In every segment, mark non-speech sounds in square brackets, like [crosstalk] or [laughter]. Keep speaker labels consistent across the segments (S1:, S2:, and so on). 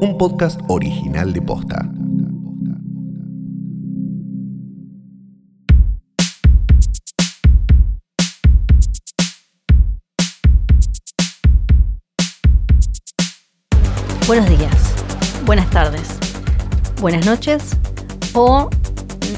S1: Un podcast original de Posta.
S2: Buenos días, buenas tardes, buenas noches o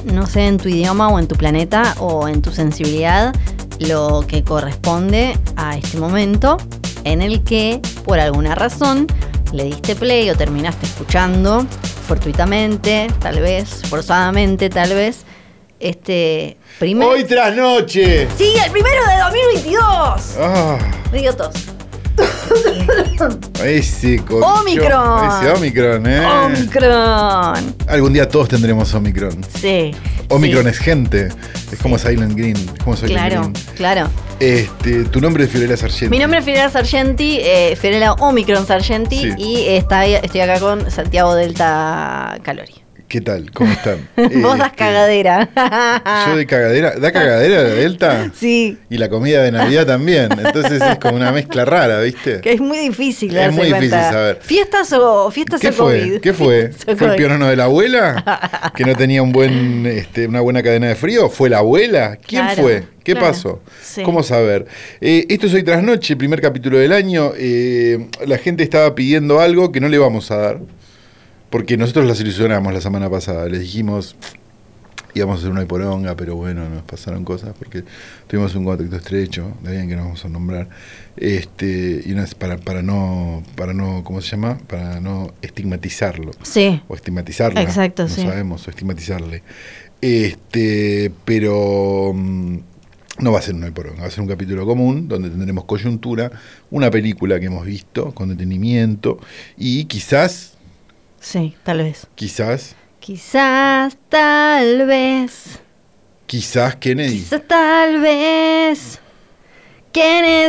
S2: no sé en tu idioma o en tu planeta o en tu sensibilidad lo que corresponde a este momento en el que por alguna razón le diste play o terminaste escuchando fortuitamente, tal vez, forzadamente, tal vez, este primer...
S3: Hoy tras noche.
S2: Sí, el primero de 2022.
S3: Ah,
S2: Me dio tos.
S3: ese cocho-
S2: Omicron.
S3: Ese Omicron, ¿eh?
S2: Omicron.
S3: Algún día todos tendremos Omicron.
S2: Sí.
S3: Omicron
S2: sí.
S3: es gente. Es como Silent Green. Es como Silent
S2: Claro,
S3: Green.
S2: claro.
S3: Este, tu nombre es Fiorella Sargento.
S2: Mi nombre es Fiorella Sargenti, eh, Fiorella Omicron Sargenti
S3: Sí.
S2: y eh, está, estoy acá con Santiago Delta Calori. [laughs]
S3: ¿Qué tal? ¿Cómo están?
S2: Vos das
S3: Este,
S2: cagadera. Ah.
S3: Yo
S2: [laughs]
S3: de cagadera. ¿Da cagadera la Delta?
S2: Sí,
S3: Y la comida
S2: [laughs]
S3: de Navidad también. Entonces es como una mezcla rara, ¿viste?
S2: que es muy difícil
S3: Es
S2: darse
S3: muy difícil
S2: cuenta.
S3: saber.
S2: ¿Fiestas o fiestas
S3: ¿Qué
S2: o
S3: fue?
S2: COVID?
S3: ¿Qué fue?
S2: [laughs] Fiestas o
S3: ¿Fue el
S2: COVID.
S3: piorno de
S2: [laughs]
S3: la abuela? ¿Que no tenía un buen, este, una buena cadena de frío? ¿Fue la abuela? ¿Quién
S2: Claro,
S3: fue? ¿Qué
S2: claro.
S3: pasó?
S2: Sí.
S3: ¿Cómo saber? Eh, esto es Hoy Tras Noche, primer capítulo del año. Eh, la gente estaba pidiendo algo que no le vamos a dar. Porque nosotros las ilusionamos la semana pasada. Les dijimos, íbamos a hacer una poronga, pero bueno, nos pasaron cosas porque tuvimos un contacto estrecho, de alguien que no vamos a nombrar, este, y una, para, para no, para no, ¿cómo se llama? Para no estigmatizarlo
S2: Sí,
S3: o estigmatizarla.
S2: Exacto,
S3: no
S2: sí.
S3: sabemos, o estigmatizarle. Este, pero mm, no va a ser un hoy por hoy, va a ser un capítulo común donde tendremos coyuntura, una película que hemos visto con detenimiento y quizás,
S2: sí, tal vez.
S3: quizás,
S2: Quizás, tal vez.
S3: quizás Kennedy.
S2: Quizás, tal vez.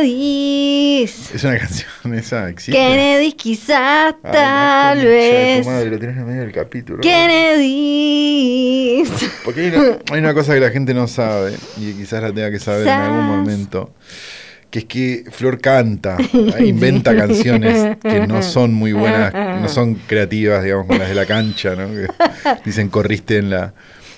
S2: Kennedys.
S3: Es una canción esa, existe.
S2: Kennedy, quizás,
S3: Ay, no,
S2: tal
S3: concha de
S2: vez.
S3: tu madre, lo tenés en el medio del capítulo.
S2: Kennedy.
S3: Porque hay una, hay una cosa que la gente no sabe y que quizás la tenga que saber en algún
S2: Quizás.
S3: momento, que es que
S2: [laughs]
S3: Flor canta, e inventa canciones que no son muy buenas, no son creativas, digamos, como las de la cancha, ¿no? Que dicen corriste en la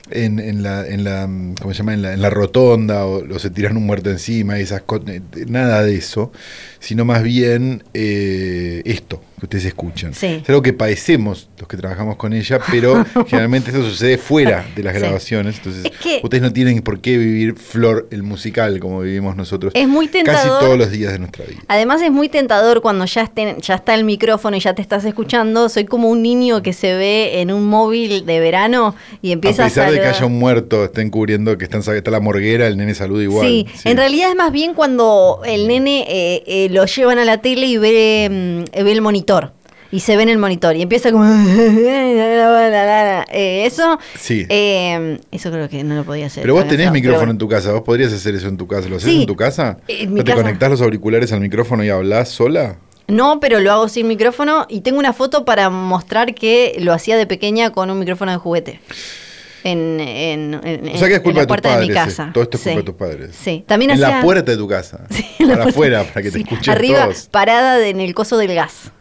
S3: en, en la en la mm, ¿cómo se llama? en la, en la rotonda o, o se tiran un muerto encima y esas co- eh, nada de eso, sino más bien eh, esto que ustedes escuchan.
S2: Sí.
S3: Es algo que padecemos los que trabajamos con ella,
S2: [laughs]
S3: pero generalmente eso sucede fuera de las
S2: Sí.
S3: grabaciones, entonces
S2: Es que-
S3: ustedes no tienen por qué vivir Flor el musical como vivimos nosotros
S2: Es muy
S3: casi
S2: tentador.
S3: todos los días de nuestra vida.
S2: Además es muy tentador cuando ya, estén, ya está el micrófono y ya te estás escuchando. Soy como un niño que se ve en un móvil de verano y empieza
S3: a pesar de que
S2: saludar.
S3: haya un muerto, estén cubriendo que están, está la morguera, el nene saluda igual.
S2: Sí, en realidad es más bien cuando el nene eh, eh, lo llevan a la tele y ve, mm, ve el monitor. Y se ve en el monitor y empieza como... [laughs] Eh, eso...
S3: Sí.
S2: eh, eso creo que no lo podía hacer.
S3: Pero vos tenés
S2: No,
S3: micrófono
S2: pero
S3: en tu casa, vos podrías hacer eso en tu casa. ¿Lo haces
S2: Sí,
S3: en tu casa?
S2: en mi
S3: ¿No te
S2: casa.
S3: conectás los auriculares al micrófono y hablás sola?
S2: No, pero lo hago sin micrófono y tengo una foto para mostrar que lo hacía de pequeña con un micrófono de juguete. En, en, en-
S3: o sea que es
S2: en la
S3: culpa de tus
S2: puerta
S3: padres.
S2: de mi
S3: eh.
S2: casa.
S3: Todo esto es culpa
S2: Sí.
S3: de tus padres.
S2: Sí, también
S3: en
S2: hacía-
S3: la puerta de tu casa.
S2: [laughs] Sí, en la
S3: para
S2: puerta.
S3: afuera, para que te
S2: Sí,
S3: escuchen
S2: Arriba,
S3: todos.
S2: parada de- en el coso del gas.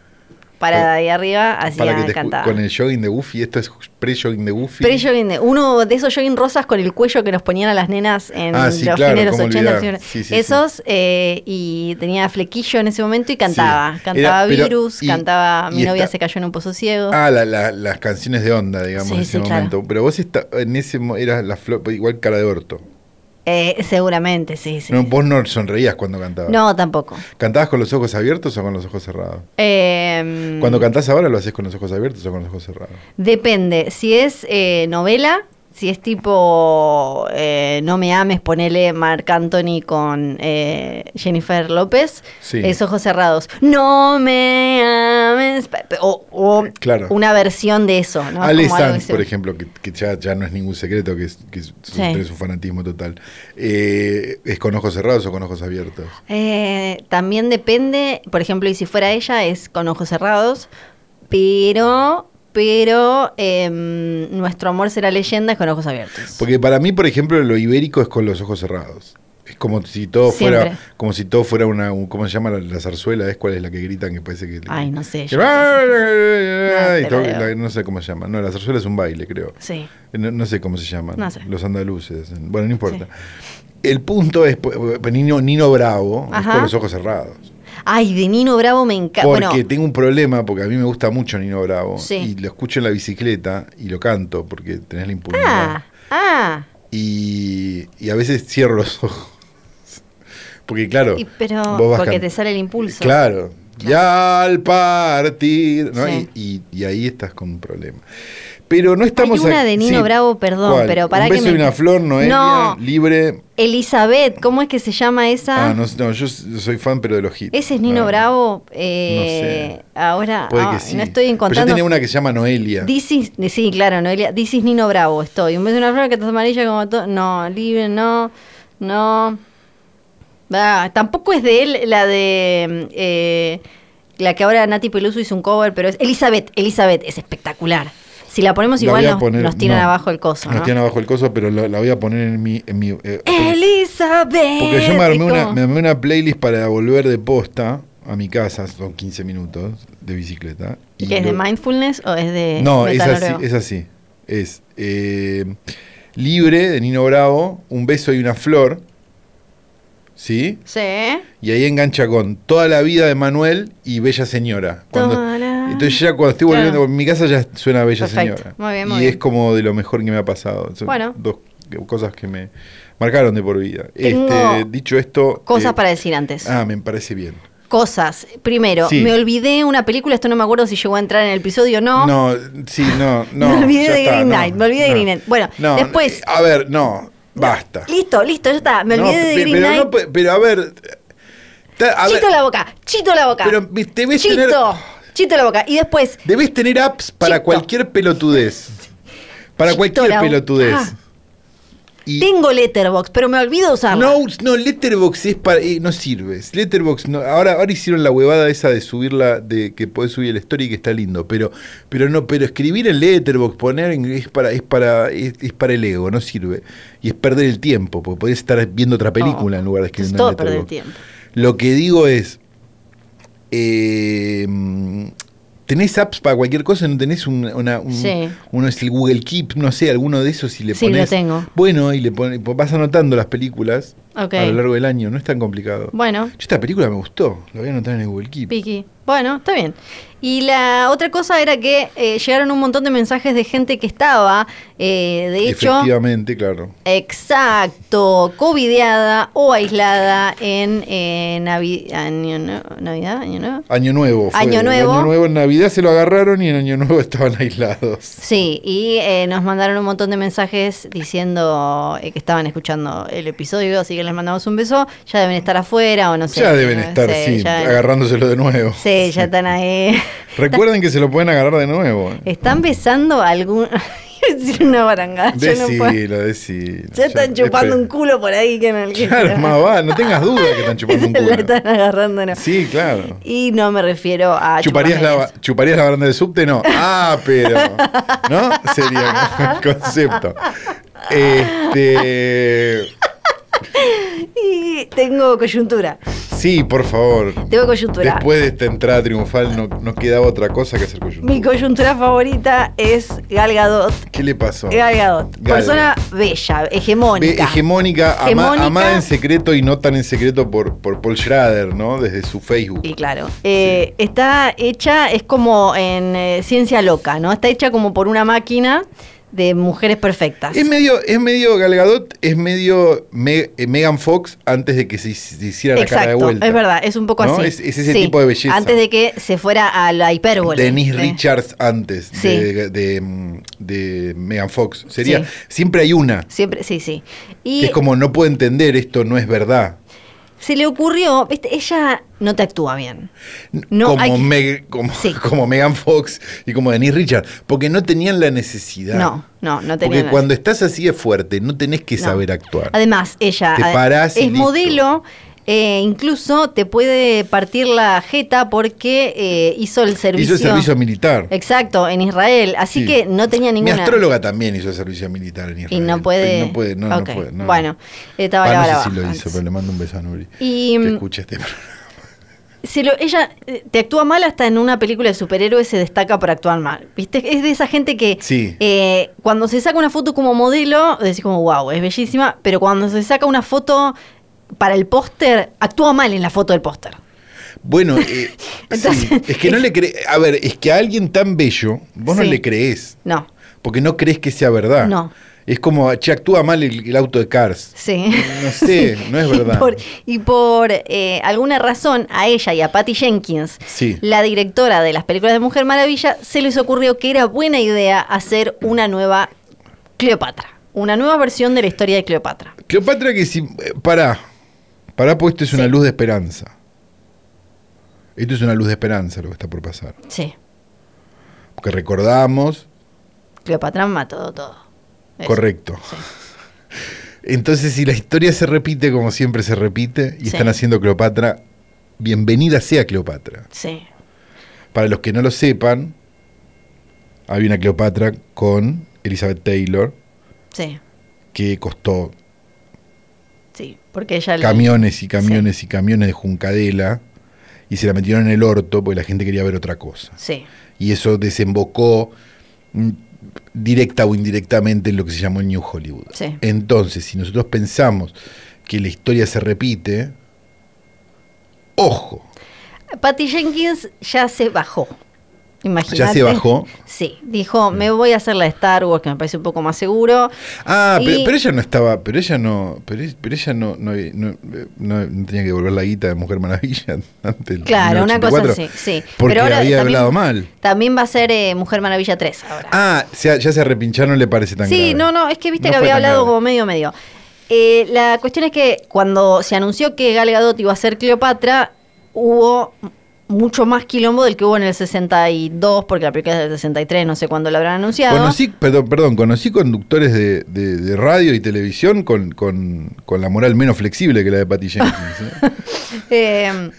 S2: Parada
S3: Para-
S2: ahí arriba,
S3: Para que
S2: hacía
S3: te escu-
S2: cantada.
S3: Con el jogging de Goofy, esto es pre-jogging de Goofy.
S2: Pero jogging de- uno de esos jogging rosas con el cuello que nos ponían a las nenas en
S3: Ah, sí,
S2: los
S3: claro,
S2: fines de los
S3: cómo
S2: 80.
S3: olvidar.
S2: sí,
S3: Sí, sí,
S2: esos, eh, y tenía flequillo en ese momento y cantaba.
S3: Sí.
S2: Cantaba
S3: Era- pero-
S2: Virus,
S3: y-
S2: cantaba Mi
S3: y
S2: novia
S3: está-
S2: se cayó en un pozo ciego.
S3: Ah, la- la- las canciones de onda, digamos,
S2: Sí,
S3: en ese
S2: sí, claro.
S3: momento. Pero vos está, en ese mo- eras la flor, igual cara de orto.
S2: Eh, seguramente, sí, sí.
S3: No,
S2: No,
S3: vos no sonreías cuando cantabas.
S2: tampoco.
S3: ¿Cantabas con los ojos abiertos o con los ojos cerrados?
S2: Eh,
S3: Cuando cantás ahora lo haces con los ojos abiertos o con los ojos cerrados.
S2: Depende. Si es eh, novela, si es tipo eh, No me ames, ponele Marc Anthony con eh, Jennifer López,
S3: Sí.
S2: es ojos cerrados. No me ames. pa- pa- O, o
S3: Claro.
S2: una versión de eso. ¿no?
S3: Ale
S2: Como algo
S3: Sanz,
S2: que se-
S3: por ejemplo, que, que ya, ya no es ningún secreto, que es, que es,
S2: Sí.
S3: es un fanatismo total. Eh, ¿Es con ojos cerrados o con ojos abiertos?
S2: Eh, también depende, por ejemplo, y si fuera ella es con ojos cerrados, pero, pero em, nuestro amor será leyenda es con ojos abiertos.
S3: Porque para mí, por ejemplo, lo ibérico es con los ojos cerrados. Es como si todo
S2: Siempre.
S3: fuera, como si todo fuera una, un- ¿cómo se llama la, la zarzuela? ¿Es cuál es la que gritan que parece que...
S2: Ay, no sé.
S3: que-
S2: yo qué sé.
S3: y
S2: No, te
S3: todo-
S2: la digo.
S3: la- no sé cómo se llama. No, la zarzuela es un baile, creo.
S2: Sí.
S3: No, no sé cómo se llaman.
S2: No sé.
S3: Los andaluces. Bueno, no importa. El punto es, pues, Nino, Nino Bravo es
S2: Ajá.
S3: con los ojos cerrados.
S2: Ay, de Nino Bravo me encanta.
S3: Porque
S2: Bueno,
S3: tengo un problema, porque a mí me gusta mucho Nino Bravo.
S2: Sí.
S3: Y lo escucho en la bicicleta y lo canto, porque tenés la impunidad.
S2: ah, ah.
S3: Y, y a veces cierro los ojos. [laughs] Porque claro,
S2: Y- pero
S3: vos vas
S2: porque
S3: can-
S2: te sale el impulso.
S3: Claro. Y al partir, ¿no?
S2: Sí.
S3: y, y- y ahí estás con un problema. Pero no estamos
S2: Hay una
S3: ac-
S2: de Nino
S3: sí.
S2: Bravo, perdón,
S3: ¿Cuál?
S2: pero para
S3: un
S2: que
S3: beso
S2: me...
S3: y una flor, Noelia,
S2: No,
S3: libre.
S2: Elizabeth, ¿cómo es que se llama esa?
S3: Ah, no, no, yo s- soy fan, pero de los hits.
S2: Ese es Nino
S3: Ah,
S2: Bravo. eh, Ahora
S3: Puede que
S2: ah,
S3: sí.
S2: no estoy
S3: Pero yo
S2: encontrando.
S3: tenía una que se llama Noelia.
S2: This is- sí, claro, Noelia. This is Nino Bravo estoy. Un beso y una flor que estás amarilla como todo. No, libre, no, no. Ah, tampoco es de él la de. eh, la que ahora Nati Peluso hizo un cover, pero es. Elizabeth, Elizabeth, es espectacular. Si la ponemos
S3: La
S2: igual
S3: voy a
S2: nos,
S3: poner-
S2: nos tiran
S3: no,
S2: abajo el coso.
S3: Nos
S2: ¿no?
S3: tiran abajo el coso, pero la, la voy a poner en mi. En mi eh,
S2: Elizabeth.
S3: Porque yo me armé,
S2: es
S3: una,
S2: como-
S3: me armé una playlist para volver de posta a mi casa, son 15 minutos de bicicleta.
S2: ¿Y qué es
S3: lo-
S2: de mindfulness o es de.?
S3: No, es
S2: metal
S3: así,
S2: noruego?
S3: es así. Es eh, Libre de Nino Bravo, Un beso y una flor. ¿Sí?
S2: Sí.
S3: Y ahí engancha con Toda la vida de Manuel y Bella Señora. Cuando-
S2: Toda la-
S3: entonces ya cuando estoy volviendo
S2: Claro.
S3: por mi casa ya suena Bella
S2: Perfecto.
S3: Señora.
S2: Muy bien,
S3: y
S2: muy
S3: es
S2: bien.
S3: como de lo mejor que me ha pasado. Son
S2: Bueno.
S3: dos cosas que me marcaron de por vida.
S2: Tengo
S3: Este, dicho esto...
S2: Cosas
S3: eh,
S2: para decir antes.
S3: Ah, me parece bien.
S2: Cosas. Primero,
S3: Sí.
S2: me olvidé una película, esto no me acuerdo si llegó a entrar en el episodio o no.
S3: No, sí, no, no.
S2: [laughs] Me olvidé
S3: ya
S2: de Green
S3: no,
S2: Knight, me olvidé de Green Knight. Bueno, después-
S3: eh, A ver, no, basta.
S2: Listo, listo, ya está. Me
S3: No,
S2: olvidé de
S3: pe-
S2: Green
S3: pero,
S2: Knight.
S3: no pe- pero a ver. ta- a ver,
S2: chito la boca, chito la boca.
S3: Pero vi- debes
S2: chito,
S3: tener-
S2: chito la boca. Y después,
S3: Debes tener apps para
S2: Chito.
S3: cualquier pelotudez. Para
S2: Chito
S3: cualquier
S2: la-
S3: pelotudez.
S2: Ah.
S3: Y-
S2: tengo Letterbox, pero me olvido usarla.
S3: no, no, Letterbox es para. eh, no sirves. Letterbox no, ahora, ahora hicieron la huevada esa de subirla, de que podés subir el story que está lindo. Pero, pero no, pero escribir en Letterbox, poner en- es para, es para, es, es para el ego, no sirve. Y es perder el tiempo, porque podés estar viendo otra película
S2: Oh,
S3: en lugar de
S2: es
S3: escribir en
S2: todo perder
S3: Letterboxd.
S2: tiempo.
S3: Lo que digo es. eh, Tenés apps para cualquier cosa, no tenés un, una, un-
S2: Sí.
S3: uno es el Google Keep, no sé, alguno de esos si le
S2: Sí, lo
S3: pones.
S2: tengo.
S3: Bueno, y le pones, vas anotando las películas
S2: Ok.
S3: a lo largo del año, no es tan complicado.
S2: Bueno,
S3: Yo esta película me gustó, la voy a anotar en el Google Keep.
S2: Piki. Bueno, está bien. Y la otra cosa era que eh, llegaron un montón de mensajes de gente que estaba, eh, de hecho,
S3: Efectivamente, claro.
S2: exacto, covideada o aislada en eh, Navi- Año Nue- Navidad, Año Nuevo.
S3: Año Nuevo. fue.
S2: Año Nuevo.
S3: Año Nuevo en Navidad se lo agarraron y en Año Nuevo [laughs] estaban aislados.
S2: Sí, y eh, nos mandaron un montón de mensajes diciendo eh, que estaban escuchando el episodio, así que les mandamos un beso. Ya deben estar afuera o no sé.
S3: ya deben
S2: no
S3: estar,
S2: sé,
S3: sí,
S2: ya-
S3: agarrándoselo de nuevo.
S2: Sí, ya están ahí.
S3: Recuerden que se lo pueden agarrar de nuevo. eh.
S2: ¿Están besando algún.? [laughs] Iba a decir una barangada. yo no puedo.
S3: Decilo, decilo.
S2: Ya están
S3: Ya,
S2: chupando
S3: espera.
S2: un culo por ahí que en el que- [laughs]
S3: Claro, más va, no tengas duda que están chupando un
S2: Se [laughs]
S3: culo.
S2: la están agarrando, no.
S3: Sí, claro.
S2: Y no me refiero a.
S3: ¿Chuparías la,
S2: chupamelas.
S3: ¿Chuparías la baranda del subte? No. Ah, pero. ¿No? Sería como el
S2: [laughs]
S3: concepto. Este.
S2: Y tengo coyuntura.
S3: Sí, por favor.
S2: Tengo coyuntura.
S3: Después de esta entrada triunfal no, no quedaba otra cosa que hacer
S2: Mi
S3: coyuntura.
S2: coyuntura favorita es Gal Gadot.
S3: ¿Qué le pasó?
S2: Gal Gadot.
S3: Gal
S2: Persona bella,
S3: Ve-
S2: hegemónica.
S3: Hegemónica, ama-
S2: Hegemónica.
S3: amada en secreto y no tan en secreto por, por Paul Schrader, ¿no? Desde su Facebook.
S2: Y claro, eh, está hecha, es como en eh, ciencia loca, ¿no? Está hecha como por una máquina de mujeres perfectas.
S3: Es medio, es medio Galgadot, es medio Me- eh, Megan Fox antes de que se, hic- se hiciera la cara de vuelta.
S2: es verdad, es un poco
S3: ¿No?
S2: así.
S3: Es, es ese
S2: Sí,
S3: tipo de belleza.
S2: Antes de que se fuera a la hipérbole.
S3: Denise
S2: Sí.
S3: Richards antes
S2: Sí.
S3: de, de, mm, de Megan Fox. Sería,
S2: Sí.
S3: siempre hay una.
S2: Siempre, sí, sí. Y
S3: que es como no puedo entender, esto no es verdad.
S2: se le ocurrió, viste, ella no te actúa bien. No,
S3: como,
S2: hay que-
S3: Meg- como,
S2: Sí.
S3: [laughs] como Megan Fox y como Denise Richards. Porque no tenían la necesidad.
S2: No, no, no tenía
S3: Porque
S2: nada.
S3: cuando estás así de fuerte, no tenés que
S2: No.
S3: saber actuar.
S2: Además, ella
S3: Te
S2: ade-
S3: parás y
S2: es
S3: listo.
S2: modelo, eh, incluso te puede partir la jeta porque eh, hizo el servicio.
S3: Hizo el servicio militar.
S2: Exacto, en Israel. Así
S3: Sí.
S2: que no tenía
S3: Mi
S2: ninguna.
S3: astróloga también hizo el servicio militar en
S2: Y
S3: Israel.
S2: no puede.
S3: eh, No puede, no, no
S2: Ok.
S3: puede, no.
S2: Bueno, estaba
S3: Ah,
S2: la
S3: no
S2: vara
S3: sé si lo
S2: baja.
S3: hizo, pero le mando un beso a Nuri.
S2: Y
S3: que
S2: mm,
S3: escucha este programa.
S2: se lo- ella eh, te actúa mal hasta en una película de superhéroes se destaca por actuar mal. ¿Viste? Es de esa gente que
S3: Sí.
S2: eh, cuando se saca una foto como modelo, decís como, wow, es bellísima, pero cuando se saca una foto para el póster, actúa mal en la foto del póster.
S3: Bueno,
S2: [laughs]
S3: eh,
S2: Entonces-
S3: sí, es que no le crees. A ver, es que a alguien tan bello, vos
S2: Sí.
S3: no le crees.
S2: No,
S3: Porque no crees que sea verdad.
S2: No.
S3: Es como, che, actúa mal el, el auto de Cars.
S2: sí.
S3: No sé,
S2: [laughs]
S3: no es verdad.
S2: Y por, y por, eh, alguna razón, a ella y a Patty Jenkins,
S3: Sí.
S2: la directora de las películas de Mujer Maravilla, se les ocurrió que era buena idea hacer una nueva Cleopatra. Una nueva versión de la historia de Cleopatra.
S3: Cleopatra que si... eh, Pará. Pará, pues esto es una luz de esperanza. Esto es una luz de esperanza lo que está por pasar.
S2: Sí,
S3: Porque recordamos,
S2: Cleopatra mató todo. Eso.
S3: correcto. Entonces, si la historia se repite como siempre se repite, y
S2: Sí.
S3: están haciendo Cleopatra, bienvenida sea Cleopatra.
S2: Sí,
S3: Para los que no lo sepan, había una Cleopatra con Elizabeth Taylor
S2: sí,
S3: que costó
S2: sí. Porque ella... le-
S3: camiones y camiones y camiones de juncadela y se la metieron en el orto porque la gente quería ver otra cosa.
S2: Sí,
S3: Y eso desembocó mm, directa o indirectamente en lo que se llamó el New Hollywood.
S2: Sí.
S3: Entonces, si nosotros pensamos que la historia se repite, ojo,
S2: Patty Jenkins ya se bajó. Imagínate.
S3: ya se bajó.
S2: Sí, dijo, me voy a hacer la de Star Wars, que me parece un poco más seguro.
S3: Ah,
S2: Y-
S3: pero, pero ella no estaba, pero ella no, pero, e- pero ella no, no, no- no- no tenía que devolver la guita de Mujer Maravilla [laughs] antes del
S2: Claro, una cosa
S3: 1984,
S2: así, sí.
S3: Porque
S2: Pero ahora
S3: había
S2: también-
S3: hablado mal.
S2: También va a ser eh, Mujer Maravilla 3 ahora.
S3: Ah, se- ya se repincharon, le parece tan
S2: sí,
S3: grave.
S2: no, no, es que viste
S3: No
S2: que
S3: fue
S2: había
S3: tan
S2: hablado
S3: grave.
S2: como medio medio. Eh, la cuestión es que cuando se anunció que Gal Gadot iba a ser Cleopatra, hubo m- mucho más quilombo del que hubo en el 62, porque la película es del 63, no sé cuándo lo habrán anunciado.
S3: Conocí, perdón, perdón, conocí conductores de, de- de radio y televisión con, con- con la moral menos flexible que la de Patty Jenkins.
S2: [laughs]
S3: ¿eh?
S2: Eh,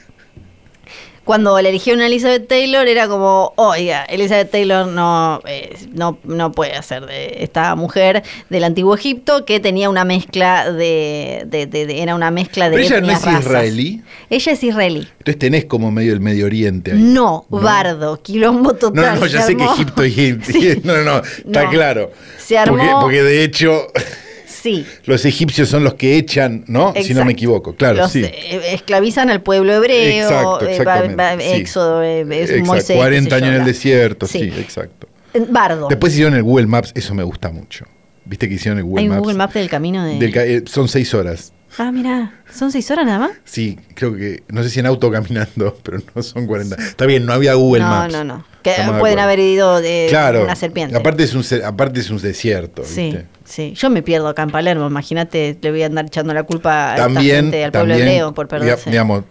S2: cuando le eligieron a Elizabeth Taylor era como, oiga, Elizabeth Taylor no, eh, no, no puede hacer de esta mujer del antiguo Egipto que tenía una mezcla de, de- de- de- era una mezcla de
S3: Pero ella no
S2: etnias,
S3: es
S2: razas.
S3: israelí.
S2: Ella es israelí.
S3: Entonces tenés como medio el Medio Oriente ahí.
S2: No, bardo, quilombo
S3: No,
S2: total.
S3: no, ya
S2: se
S3: sé que
S2: armó. [laughs]
S3: Egipto y
S2: Sí.
S3: [laughs] No, no, no, está
S2: No.
S3: claro.
S2: Se armó-
S3: Porque, porque de hecho [laughs]
S2: Sí.
S3: los egipcios son los que echan, ¿no? Si no
S2: Exacto.
S3: me equivoco, claro,
S2: Los,
S3: sí.
S2: eh, esclavizan al pueblo hebreo,
S3: Exacto,
S2: eh, va-
S3: exactamente,
S2: va-
S3: sí.
S2: éxodo, eh, es
S3: Exacto,
S2: Moisés. qué sé
S3: 40 años
S2: yo,
S3: en el
S2: bla.
S3: desierto, sí.
S2: Sí.
S3: exacto.
S2: Bardo.
S3: Después hicieron el Google Maps, eso me gusta mucho. ¿Viste que hicieron el Google
S2: Hay un
S3: Maps?
S2: Google Maps del camino de...
S3: Del ca- eh, son seis horas.
S2: Ah, mira, son seis horas nada más.
S3: Sí, creo que, no sé si en auto o caminando, [laughs] pero no son 40. Está bien, no había Google
S2: no,
S3: Maps.
S2: no, no. Que
S3: Estamos de
S2: pueden
S3: acuerdo.
S2: haber ido de
S3: claro.
S2: una serpiente.
S3: Aparte es un, se- aparte es un desierto,
S2: sí,
S3: ¿viste?
S2: sí. Yo me pierdo acá en Palermo, imagínate, le voy a andar echando la culpa a esta
S3: También,
S2: gente, al pueblo
S3: también
S2: hebreo por perderse.
S3: diga- digamos,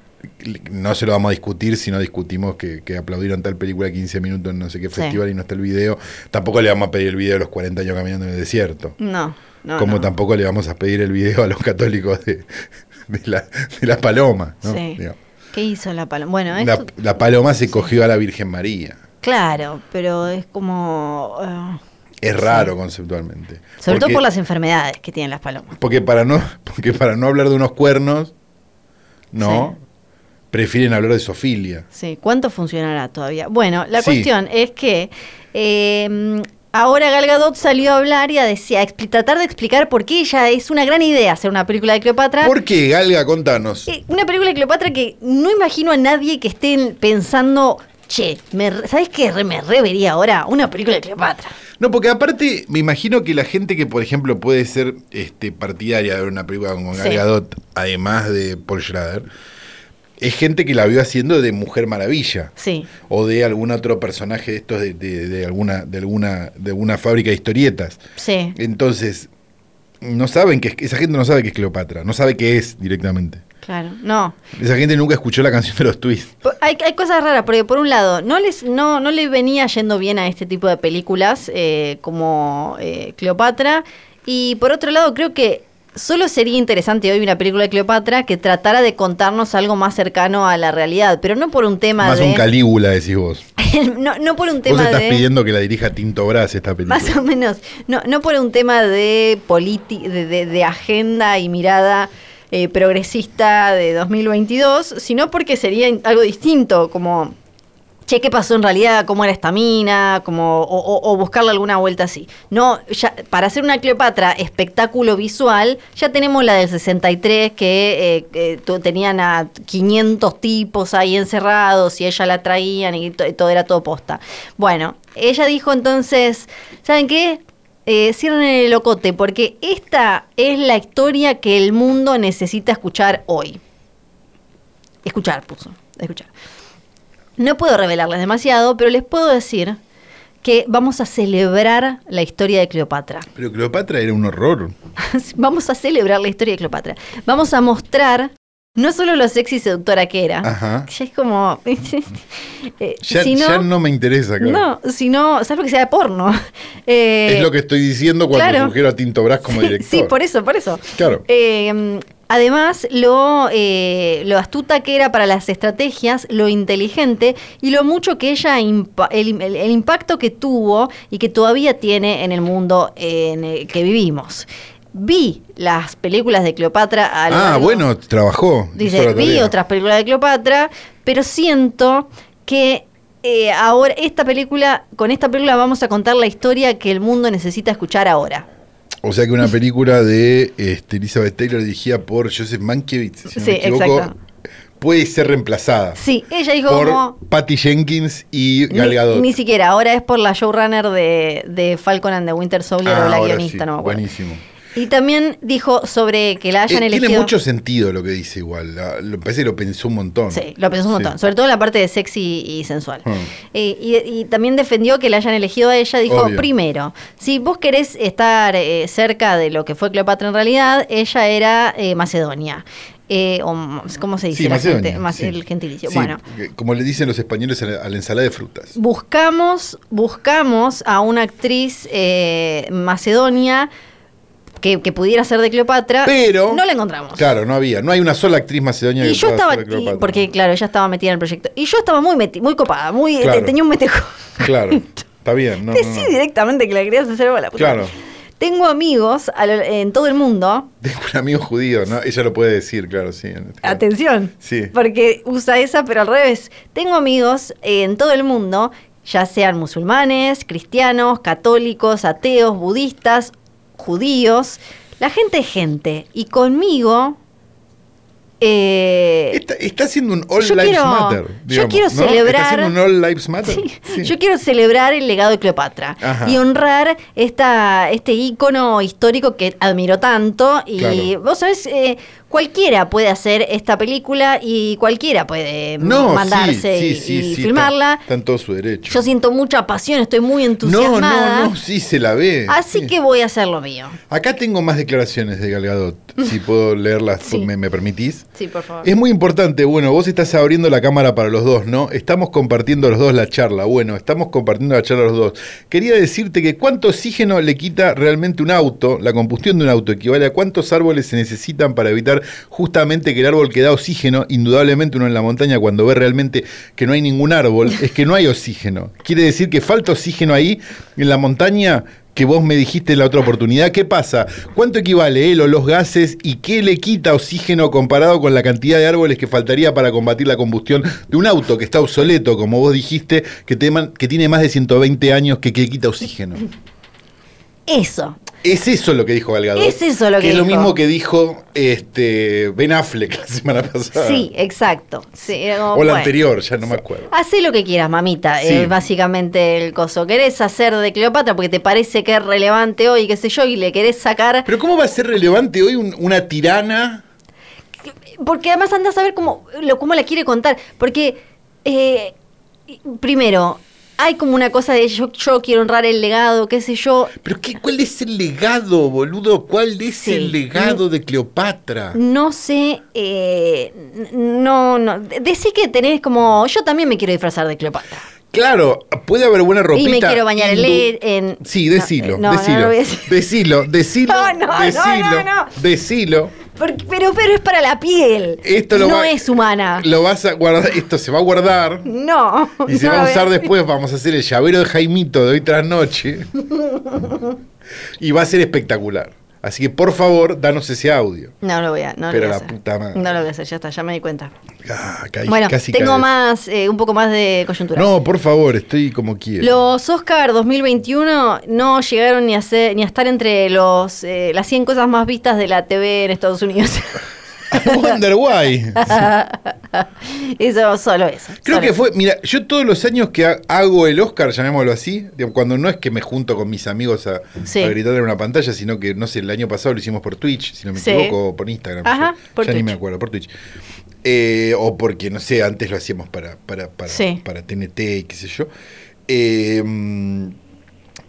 S3: no se lo vamos a discutir si no discutimos que, que aplaudieron tal película 15 minutos en no sé qué
S2: Sí.
S3: festival y no está el video. Tampoco le vamos a pedir el video a los 40 años caminando en el desierto.
S2: no, no.
S3: como
S2: no.
S3: tampoco le vamos a pedir el video a los católicos de, de la, de la paloma. ¿no?
S2: Sí.
S3: Digamos.
S2: ¿Qué hizo la paloma? Bueno,
S3: La,
S2: esto,
S3: la paloma se cogió a la Virgen María.
S2: claro, pero es como... ah,
S3: Es raro conceptualmente.
S2: sobre
S3: Porque-
S2: todo por las enfermedades que tienen las palomas.
S3: Porque para no, porque para no hablar de unos cuernos, no, prefieren hablar de sofilia.
S2: Sí, ¿cuánto funcionará todavía? Bueno, la
S3: Sí.
S2: cuestión es que eh, ahora Gal Gadot salió a hablar y a, decir- a expli- tratar de explicar por qué ella es una gran idea hacer una película de Cleopatra.
S3: ¿Por qué, Galga? Contanos.
S2: Eh, una película de Cleopatra que no imagino a nadie que esté pensando, che, me re- ¿sabes qué? Re- Me revería ahora una película de Cleopatra.
S3: No, porque aparte me imagino que la gente que, por ejemplo, puede ser este, partidaria de ver una película con Gal
S2: Sí.
S3: Gadot, además de Paul Schrader, es gente que la vio haciendo de Mujer Maravilla.
S2: Sí,
S3: o de algún otro personaje de estos de, de- de alguna de alguna de alguna fábrica de historietas.
S2: sí.
S3: Entonces, no saben que es- esa gente no sabe que es Cleopatra, no sabe qué es directamente.
S2: Claro, no.
S3: Esa gente nunca escuchó la canción de los Twists.
S2: Por- Hay, hay cosas raras, porque por un lado, no les, no, no le venía yendo bien a este tipo de películas eh, como eh, Cleopatra. Y por otro lado, creo que Solo sería interesante hoy una película de Cleopatra que tratara de contarnos algo más cercano a la realidad, pero no por un tema
S3: Más
S2: de.
S3: un Calígula, decís vos.
S2: [laughs] no, no por un
S3: Vos
S2: tema
S3: estás
S2: de. [laughs]
S3: pidiendo que la dirija Tinto Brass esta película.
S2: Más o menos. No, no por un tema de, politi- de, de- de agenda y mirada eh, progresista de 2022, sino porque sería in- algo distinto, como, che, ¿qué pasó en realidad? ¿Cómo era esta mina? Como, o, o- o buscarle alguna vuelta así. No, ya, para hacer una Cleopatra espectáculo visual, ya tenemos la del 63, que eh, eh, tu- tenían a 500 tipos ahí encerrados y ella la traían y to- todo era todo posta. Bueno, ella dijo entonces, ¿saben qué? Eh, cierren el locote porque esta es la historia que el mundo necesita escuchar hoy. Escuchar, puso. Escuchar. No puedo revelarles demasiado, pero les puedo decir que vamos a celebrar la historia de Cleopatra. [laughs]
S3: Pero Cleopatra era un horror.
S2: vamos a celebrar la historia de Cleopatra. Vamos a mostrar no solo lo sexy y seductora que era,
S3: Ajá.
S2: ya es como... [laughs] eh,
S3: Ya,
S2: sino-
S3: ya no me interesa, claro.
S2: no, sino, ¿sabes lo que sea de porno? Eh,
S3: es lo que estoy diciendo cuando
S2: claro.
S3: sugiero a Tinto Brass
S2: [laughs]
S3: como
S2: sí,
S3: director.
S2: Sí, por eso, por eso.
S3: Claro.
S2: Eh, además, lo, eh, lo astuta que era para las estrategias, lo inteligente y lo mucho que ella, impa- el, el- el impacto que tuvo y que todavía tiene en el mundo en el que vivimos. Vi las películas de Cleopatra a lo
S3: Ah,
S2: largo-
S3: bueno, trabajó. hizo
S2: Dice,
S3: la
S2: vi
S3: tarea.
S2: otras películas de Cleopatra, pero siento que eh, ahora esta película, con esta película vamos a contar la historia que el mundo necesita escuchar ahora.
S3: O sea que una película de este, Elizabeth Taylor dirigida por Joseph Mankiewicz, si no
S2: Sí,
S3: me equivoco,
S2: exacto.
S3: puede ser reemplazada
S2: Sí, ella dijo
S3: por
S2: como...
S3: Patty Jenkins y Gal
S2: Ni,
S3: Gadot.
S2: ni siquiera, ahora es por la showrunner de, de Falcon and the Winter Soldier
S3: Ah,
S2: o la
S3: ahora
S2: guionista,
S3: sí,
S2: no me acuerdo.
S3: Buenísimo.
S2: Y también dijo sobre que la hayan
S3: Eh,
S2: elegido.
S3: Tiene mucho sentido lo que dice igual. la- lo- parece que lo pensó un montón.
S2: Sí, lo pensó un
S3: Sí.
S2: montón, sobre todo en la parte de sexy y sensual.
S3: Hmm.
S2: Eh, y, y también defendió que la hayan elegido a ella. Dijo,
S3: Obvio.
S2: primero, si vos querés estar eh, cerca de lo que fue Cleopatra en realidad, ella era eh, Macedonia. Eh, o, m- ¿Cómo se dice?
S3: Sí,
S2: la
S3: Macedonia,
S2: gente? Mas-
S3: sí.
S2: El gentilicio.
S3: Sí,
S2: Bueno,
S3: que- Como le dicen los españoles a la, a la ensalada de frutas.
S2: buscamos, buscamos a una actriz eh, macedonia que, que pudiera ser de Cleopatra.
S3: Pero.
S2: no la encontramos.
S3: Claro, no había. No hay una sola actriz macedonia
S2: Y
S3: que
S2: yo
S3: pueda
S2: estaba,
S3: hacer de
S2: y-
S3: Cleopatra.
S2: porque claro, ella estaba metida en el proyecto. Y yo estaba muy meti- muy copada, muy eh,
S3: Claro.
S2: tenía un [laughs] metejo.
S3: Claro, está bien. No, no,
S2: Decí
S3: no.
S2: directamente que la querías hacer bola, puta.
S3: Claro.
S2: Tengo amigos a lo- en todo el mundo.
S3: Tengo un amigo judío, ¿no? Ella lo puede decir, claro, sí. en este caso.
S2: Atención.
S3: Sí.
S2: Porque usa esa, pero al revés. Tengo amigos en todo el mundo, ya sean musulmanes, cristianos, católicos, ateos, budistas, judíos. La gente es gente. Y conmigo. eh,
S3: Está, está haciendo un All
S2: Yo
S3: Lives
S2: quiero-
S3: Matter.
S2: yo
S3: digamos,
S2: quiero
S3: ¿no?
S2: celebrar-
S3: Está haciendo un All Lives Matter.
S2: Sí,
S3: Sí.
S2: Yo quiero celebrar el legado de Cleopatra
S3: Ajá.
S2: y honrar esta, este ícono histórico que admiro tanto. Y
S3: Claro.
S2: vos sabés, eh, cualquiera puede hacer esta película y cualquiera puede
S3: No, sí,
S2: mandarse
S3: sí,
S2: y,
S3: sí,
S2: y
S3: sí, está-
S2: filmarla.
S3: Está, en todo su derecho.
S2: Yo siento mucha pasión, estoy muy
S3: no,
S2: entusiasmada.
S3: no, no, sí se la ve.
S2: Así
S3: sí.
S2: que voy a hacer lo mío.
S3: Acá tengo más declaraciones de Galgadot, si puedo leerlas,
S2: Sí.
S3: me, me permitís.
S2: Sí, por favor.
S3: Es muy importante, bueno, vos estás abriendo la cámara para los dos, ¿no? Estamos compartiendo los dos la charla, bueno, estamos compartiendo la charla los dos. Quería decirte que cuánto oxígeno le quita realmente un auto, la combustión de un auto equivale a cuántos árboles se necesitan para evitar justamente que el árbol que da oxígeno, indudablemente uno en la montaña cuando ve realmente que no hay ningún árbol, es que no hay oxígeno. Quiere decir que falta oxígeno ahí en la montaña que vos me dijiste en la otra oportunidad. ¿Qué pasa? ¿Cuánto equivale él o los gases y qué le quita oxígeno comparado con la cantidad de árboles que faltaría para combatir la combustión de un auto que está obsoleto, como vos dijiste, que, teman- que tiene más de 120 años que, que le quita oxígeno?
S2: Eso.
S3: Es eso lo que dijo Galgado.
S2: Es eso lo que
S3: es lo
S2: dijo.
S3: mismo que dijo este Ben Affleck la semana pasada.
S2: Sí, exacto. Sí, era como,
S3: Ah. O la
S2: bueno.
S3: anterior, ya no me acuerdo.
S2: Hacé lo que quieras, mamita.
S3: Sí.
S2: eh, básicamente el coso. Querés hacer de Cleopatra porque te parece que es relevante hoy, qué sé yo, y le querés sacar.
S3: Pero ¿cómo va a ser relevante hoy un- una tirana?
S2: Porque además andás a ver cómo, lo, cómo la quiere contar. Porque, eh, primero, hay como una cosa de yo, yo quiero honrar el legado, qué sé yo.
S3: ¿Pero qué, cuál es el legado, boludo? ¿Cuál es
S2: Sí. Mm.
S3: el legado de Cleopatra?
S2: No sé, eh, n- no, no. de- Decí que tenés como. Yo también me quiero disfrazar de Cleopatra.
S3: Claro, puede haber buena ropita.
S2: Y me quiero bañar en
S3: hindú.
S2: le- en.
S3: Sí,
S2: no,
S3: decilo,
S2: eh, no, no,
S3: decilo,
S2: no lo voy a decir.
S3: decilo, decilo,
S2: [laughs] No, no, no,
S3: decilo,
S2: no, no.
S3: decilo.
S2: Porque- pero, pero es para la piel.
S3: Esto lo
S2: no
S3: va-
S2: es humana.
S3: Lo vas a guardar, esto se va a guardar
S2: No.
S3: y se
S2: no
S3: va
S2: lo
S3: a usar
S2: voy
S3: después. Vamos a hacer el llavero de Jaimito de hoy
S2: [laughs]
S3: tras noche y va a ser espectacular. Así que por favor, danos ese audio.
S2: No lo voy a. No lo voy a
S3: Pero la
S2: hacer.
S3: puta madre.
S2: No lo voy a hacer, ya está, ya me di cuenta.
S3: Ah, caí-
S2: Bueno,
S3: casi
S2: tengo
S3: caí.
S2: más, eh, un poco más de coyuntura.
S3: No, por favor, estoy como quiero.
S2: Los Oscar 2021 no llegaron ni a ser, ni a estar entre los eh, las 100 cosas más vistas de la TV en Estados Unidos. [laughs]
S3: I wonder why.
S2: eso, solo eso.
S3: Creo
S2: solo
S3: que
S2: eso.
S3: fue, mira, yo todos los años que ha- hago el Oscar, llamémoslo así, digo, cuando no es que me junto con mis amigos a,
S2: Sí.
S3: a gritar en una pantalla, sino que, no sé, el año pasado lo hicimos por Twitch, si no me
S2: Sí.
S3: equivoco, o por Instagram.
S2: Ajá,
S3: yo-
S2: por
S3: ya ni
S2: Twitch.
S3: me acuerdo, por Twitch. Eh, o porque, no sé, antes lo hacíamos para, para, para,
S2: Sí.
S3: para TNT y qué sé yo. Eh, mm,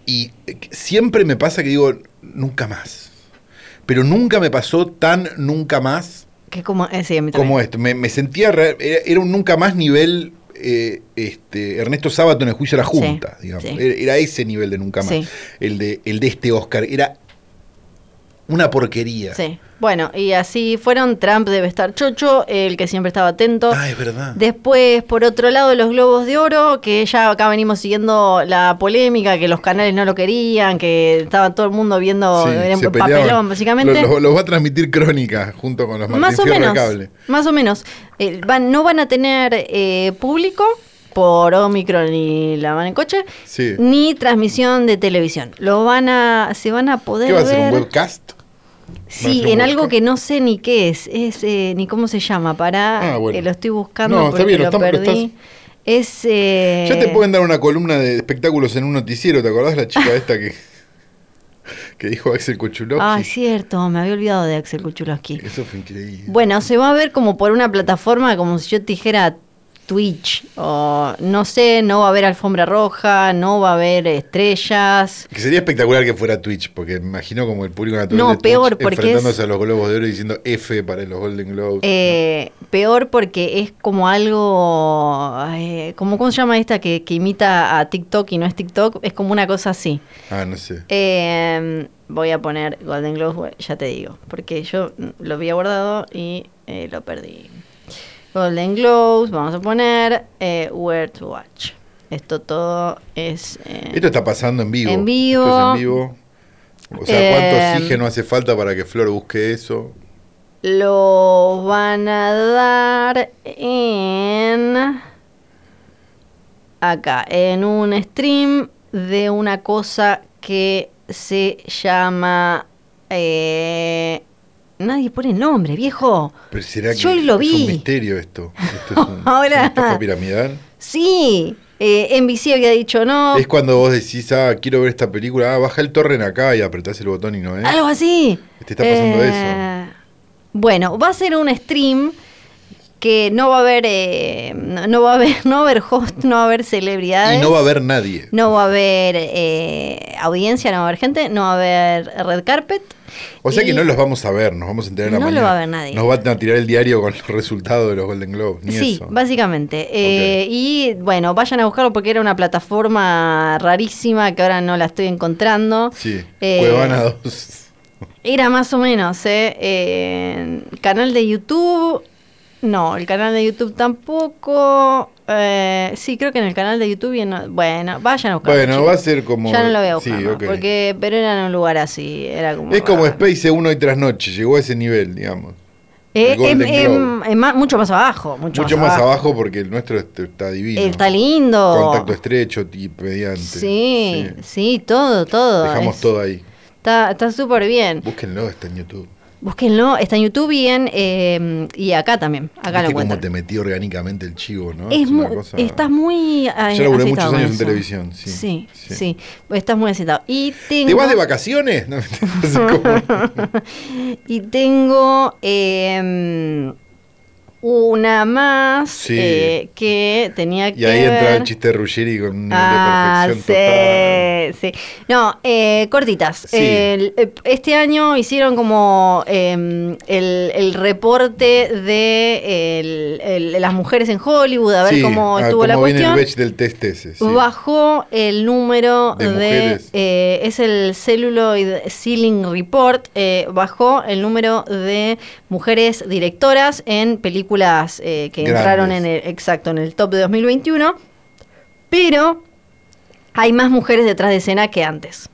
S3: y eh, siempre me pasa que digo, nunca más. Pero nunca me pasó tan nunca más
S2: Que como, eh, sí, a mí también.
S3: como esto. Me, me sentía. re- era, era un nunca más nivel eh, este, Ernesto Sábato en el juicio a la
S2: Sí,
S3: Junta, digamos.
S2: sí.
S3: Era, era ese nivel de nunca más.
S2: Sí.
S3: El, de, el de este Oscar. Era una porquería.
S2: Sí. Bueno, y así fueron. Trump debe estar chocho, el que siempre estaba atento.
S3: Ah, es verdad.
S2: Después, por otro lado, los globos de oro, que ya acá venimos siguiendo la polémica, que los canales no lo querían, que estaba todo el mundo viendo
S3: Sí,
S2: era un
S3: se peleaban.
S2: papelón, básicamente.
S3: Lo, lo- lo va a transmitir Crónica junto con los Martín
S2: más o
S3: Fierro de
S2: menos.
S3: Cable.
S2: Más o menos. Eh, van, no van a tener eh, público por Omicron y la van en coche,
S3: Sí.
S2: ni transmisión de televisión. Lo van a, se van a poder
S3: ¿Qué va a ser?
S2: ver.
S3: ¿Un webcast? ¿Van a
S2: Sí,
S3: hacer un
S2: en
S3: webcam?
S2: algo que no sé ni qué es, es eh, ni cómo se llama, para
S3: Ah, bueno.
S2: lo estoy buscando
S3: No, está
S2: porque
S3: bien, lo
S2: lo,
S3: estamos- lo
S2: perdí.
S3: estás-
S2: Es eh,
S3: Ya te pueden dar una columna de espectáculos en un noticiero, ¿te acordás la
S2: [laughs]
S3: chica esta que, que dijo Axel Kochulov?
S2: Ah, es cierto, me había olvidado de Axel Kuchulowski.
S3: Eso fue increíble.
S2: Bueno, se va a ver como por una plataforma como si yo te dijera Twitch o no sé, no va a haber alfombra roja, no va a haber estrellas.
S3: Que sería espectacular que fuera Twitch, porque me imagino como el público natural
S2: No,
S3: de Twitch
S2: peor, porque
S3: enfrentándose
S2: es-
S3: a los globos de oro y diciendo F para los Golden Globes.
S2: Eh, peor porque es como algo, eh, como cómo se llama esta que, que imita a TikTok y no es TikTok, es como una cosa así.
S3: ah, no sé.
S2: Eh, voy a poner Golden Globes, ya te digo, porque yo lo había guardado y eh, lo perdí. Golden Globes, vamos a poner eh, Where to Watch. Esto todo es... eh,
S3: Esto está pasando en vivo.
S2: en vivo.
S3: Esto es en vivo. O sea, ¿cuánto
S2: Eh,
S3: oxígeno hace falta para que Flor busque eso?
S2: Lo van a dar en... Acá, en un stream de una cosa que se llama... eh, nadie pone nombre, viejo.
S3: Pero será que
S2: Yo hoy lo
S3: es
S2: vi.
S3: un misterio esto. Esto
S2: [laughs]
S3: es un-
S2: Ahora.
S3: una estafa piramidal.
S2: Sí, eh, NBC había dicho no.
S3: Es cuando vos decís, ah, quiero ver esta película, ah, baja el torrent acá y apretás el botón y no es.
S2: Algo así.
S3: eh, Te está pasando
S2: eso. Bueno, va a ser un stream que no va a haber, eh, no no va a haber, no va a haber host, no va a haber celebridades.
S3: Y no va a haber nadie.
S2: No va a haber eh, audiencia, no va a haber gente, no va a haber red carpet.
S3: O sea que
S2: Y-
S3: no los vamos a ver, nos vamos a enterar
S2: No lo
S3: la mañana.
S2: va a ver nadie.
S3: Nos van a tirar el diario con los resultados de los Golden Globes. Ni
S2: Sí,
S3: eso.
S2: básicamente. Eh, y bueno, vayan a buscarlo porque era una plataforma rarísima que ahora no la estoy encontrando.
S3: Sí,
S2: Eh,
S3: Cuevana
S2: [laughs]
S3: 2.
S2: Era más o menos, ¿eh? Eh, Canal de YouTube. No, el canal de YouTube tampoco. Eh, sí, creo que en el canal de YouTube. y en- bueno, vayan a buscarlo.
S3: Bueno,
S2: chicos.
S3: va a ser como-
S2: Ya no lo voy a buscar.
S3: sí,
S2: más,
S3: ok.
S2: porque, pero era en un lugar así. Era como
S3: Es como
S2: raro.
S3: Space 1 y tras noche, llegó a ese nivel, digamos.
S2: Eh,
S3: el Golden
S2: em- em-
S3: Globe.
S2: em- más- mucho más abajo. Mucho,
S3: Mucho más abajo porque el nuestro este- está divino.
S2: Eh, Está lindo.
S3: Contacto estrecho, y mediante.
S2: Sí, sí, todo, todo.
S3: Dejamos
S2: Es-
S3: todo ahí.
S2: Está está súper bien.
S3: Búsquenlo, está en YouTube.
S2: Búsquenlo. Está en YouTube y, en, eh, y acá también. Acá lo
S3: Viste cómo
S2: encuentran.
S3: te metí orgánicamente el chivo, ¿no?
S2: Es
S3: una
S2: mu-
S3: cosa-
S2: Estás muy. eh,
S3: Yo laburé
S2: aceitado
S3: muchos
S2: con
S3: años en
S2: eso.
S3: televisión, sí,
S2: Sí,
S3: sí.
S2: sí. Estás muy aceitado. Y tengo.
S3: ¿Te vas de vacaciones? [laughs]
S2: [laughs]
S3: No, ¿cómo?
S2: Y tengo. eh, una más
S3: Sí.
S2: eh, que tenía que
S3: Y ahí entraba
S2: ver-
S3: el chiste de Ruggeri con un nivel
S2: Ah,
S3: de
S2: sí,
S3: perfección total.
S2: sí. No, eh, cortitas.
S3: Sí.
S2: El- eh, este año hicieron como em, el, el reporte de el- el- las mujeres en Hollywood, a ver
S3: Sí,
S2: cómo
S3: ah,
S2: estuvo la
S3: cómo viene
S2: cuestión.
S3: el batch del test ese. sí.
S2: Bajó el número de,
S3: De mujeres.
S2: eh, es el Celluloid Ceiling Report, eh, bajó el número de mujeres directoras en películas eh, que
S3: Grandes.
S2: entraron en el, exacto, en el top de 2021, pero hay más mujeres detrás de escena que antes,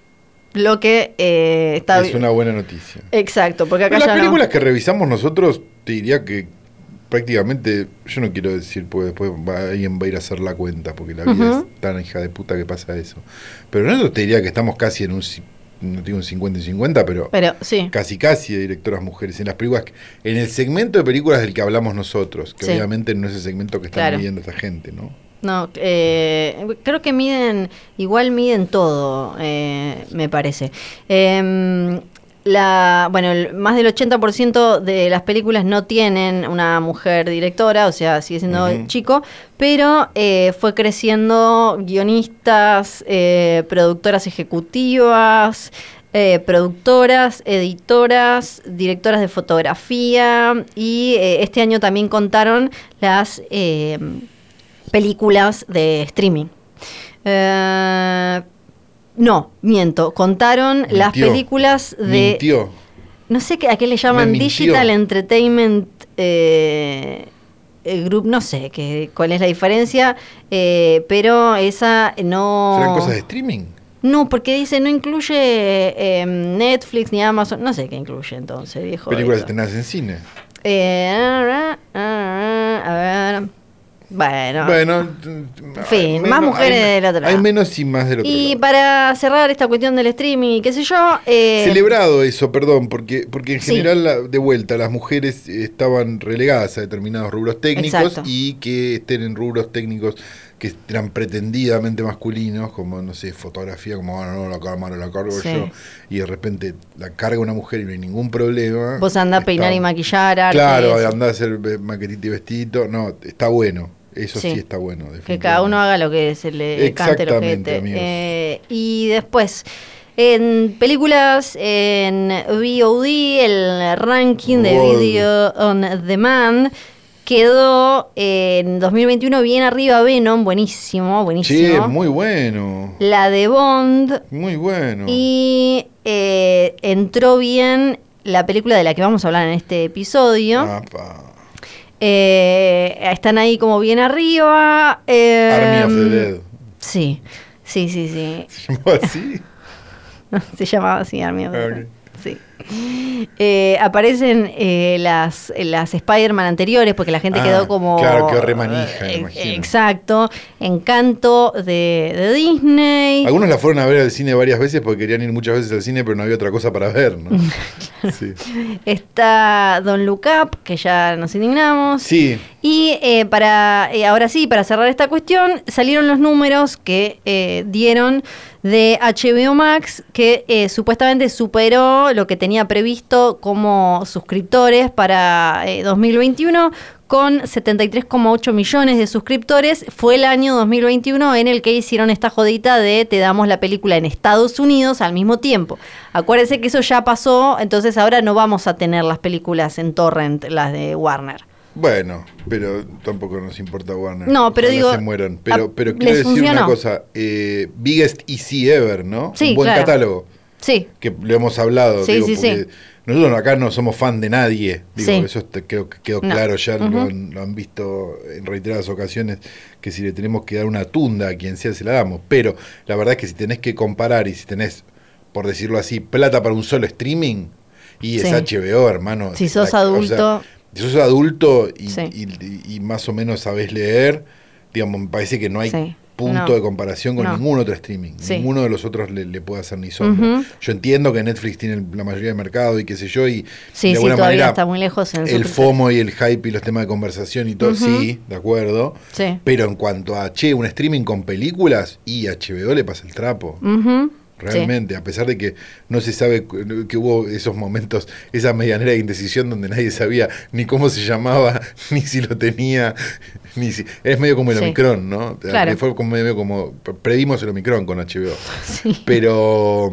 S2: lo que eh, está
S3: Es una buena noticia.
S2: Exacto, porque acá
S3: Pero
S2: ya
S3: las
S2: no-
S3: películas que revisamos nosotros, te diría que prácticamente, yo no quiero decir, porque después va- alguien va a ir a hacer la cuenta, porque la vida
S2: Ujú.
S3: es tan hija de puta que pasa eso. Pero nosotros te diría que estamos casi en un, ci- no digo un 50 y 50, pero,
S2: Pero sí,
S3: casi casi de directoras mujeres en las películas, que- en el segmento de películas del que hablamos nosotros, que
S2: Sí.
S3: obviamente no es el segmento que están
S2: Claro.
S3: viviendo esta gente, ¿no?
S2: no, eh, creo que miden, igual miden todo, eh, me parece. Em, la, bueno, el- más del 80% de las películas no tienen una mujer directora, o sea, sigue siendo
S3: Ujú.
S2: chico, pero eh, fue creciendo guionistas, eh, productoras ejecutivas, eh, productoras, editoras, directoras de fotografía y eh, este año también contaron las eh, películas de streaming. Eh, no, miento, contaron las
S3: Mintió.
S2: películas de...
S3: Mintió.
S2: No sé qué- a qué le llaman
S3: Me mintió.
S2: Digital Entertainment eh, eh, Group, no sé qué, cuál es la diferencia, eh, pero esa no...
S3: ¿Serán cosas de streaming?
S2: No, porque dice no incluye eh, Netflix ni Amazon, no sé qué incluye entonces, viejo.
S3: películas
S2: esto.
S3: estrenadas en cine.
S2: Eh, ah, ah, ah, a ver. Bueno.
S3: Bueno, en
S2: fin, más mujeres del otro lado.
S3: Hay menos y más de lo que
S2: Y para cerrar esta cuestión del streaming y qué sé yo... eh,
S3: Celebrado eso, perdón, porque, porque en
S2: Sí.
S3: general, la- de vuelta, las mujeres eh, estaban relegadas a determinados rubros técnicos
S2: Exacto.
S3: y que estén en rubros técnicos que eran pretendidamente masculinos, como, no sé, fotografía, como, "Ah, no, la cámara la cargo
S2: Sí.
S3: yo, y de repente la carga una mujer y no hay ningún problema.
S2: Vos andás a peinar y
S3: Está-
S2: maquillar, arte,
S3: Claro,
S2: eso.
S3: andás a hacer eh, maquetita y vestidito. No, está bueno. Eso sí,
S2: Sí.
S3: está bueno.
S2: Que cada uno haga lo que se le cante los
S3: Exactamente,
S2: ojete.
S3: amigos.
S2: Eh, y después, en películas, en VOD, el ranking de
S3: Wow.
S2: Video on Demand, quedó eh, en 2021 bien arriba Venom, buenísimo,
S3: Che,
S2: buenísimo.
S3: muy bueno.
S2: La de Bond
S3: Muy bueno.
S2: y eh, entró bien la película de la que vamos a hablar en este episodio.
S3: Ah. Apa.
S2: Eh, están ahí como bien arriba. eh,
S3: Army of the Dead. [laughs]
S2: Sí, sí, sí, sí. [laughs] Se
S3: ¿Se llamó así?
S2: llamaba así Army of the
S3: Army.
S2: Dead. Sí. Eh, aparecen eh, las, las Spider-Man anteriores porque la gente
S3: Ah,
S2: quedó como.
S3: claro, quedó re manija, me
S2: Eh,
S3: imagino.
S2: Exacto. Encanto de, de Disney.
S3: Algunos la fueron a ver al cine varias veces porque querían ir muchas veces al cine, pero no había otra cosa para
S2: [laughs]
S3: ver, ¿no? Sí.
S2: Está Don Look Up, que ya nos indignamos.
S3: Sí,
S2: Y eh, para eh, ahora sí, para cerrar esta cuestión, salieron los números que eh, dieron de HBO Max, que eh, supuestamente superó lo que tenía previsto como suscriptores para eh, 2021 con 73,8 millones de suscriptores. Fue el año 2021 en el que hicieron esta jodita de te damos la película en Estados Unidos al mismo tiempo. Acuérdense que eso ya pasó, entonces ahora no vamos a tener las películas en torrent, las de Warner.
S3: bueno, pero tampoco nos importa Warner.
S2: No, pero
S3: Ojalá
S2: digo,
S3: se mueran.
S2: ah,
S3: Pero, pero quiero
S2: les
S3: decir
S2: funcionó.
S3: una cosa. eh, biggest Easy Ever, ¿no?
S2: Sí,
S3: Un buen
S2: claro.
S3: catálogo.
S2: Sí,
S3: que lo hemos hablado.
S2: Sí,
S3: digo,
S2: sí,
S3: porque
S2: sí.
S3: Nosotros acá no somos fan de nadie. Digo,
S2: Sí.
S3: Eso te- creo que quedó
S2: No.
S3: claro ya,
S2: Ujú.
S3: lo, han, lo han visto en reiteradas ocasiones, que si le tenemos que dar una tunda a quien sea, se la damos. Pero la verdad es que si tenés que comparar y si tenés, por decirlo así, plata para un solo streaming, y es
S2: Sí.
S3: HBO, hermano.
S2: Si sos
S3: La- o sea,
S2: adulto.
S3: si sos adulto y,
S2: Sí.
S3: y- y más o menos sabés leer, digamos, me parece que no hay
S2: Sí.
S3: punto
S2: No.
S3: de comparación con
S2: No.
S3: ningún otro streaming.
S2: Sí.
S3: Ninguno de los otros le, le puede hacer ni sombra.
S2: Ujú.
S3: Yo entiendo que Netflix tiene el- la mayoría de mercado y qué sé yo, y
S2: sí, sí,
S3: de alguna
S2: todavía
S3: manera
S2: está muy lejos en su
S3: el
S2: presencia.
S3: FOMO y el hype y los temas de conversación y todo,
S2: Ujú.
S3: sí, de acuerdo.
S2: Sí.
S3: Pero en cuanto a, che, un streaming con películas, y HBO le pasa el trapo.
S2: Ujú.
S3: realmente, a pesar de que no se sabe cu- que hubo esos momentos, esa medianera de indecisión donde nadie sabía ni cómo se llamaba, [laughs] ni si lo tenía, ni si... Es medio como el
S2: Sí.
S3: Omicron, ¿no?
S2: Claro.
S3: Fue como medio como... Predimos el Omicron con HBO.
S2: Sí.
S3: Pero...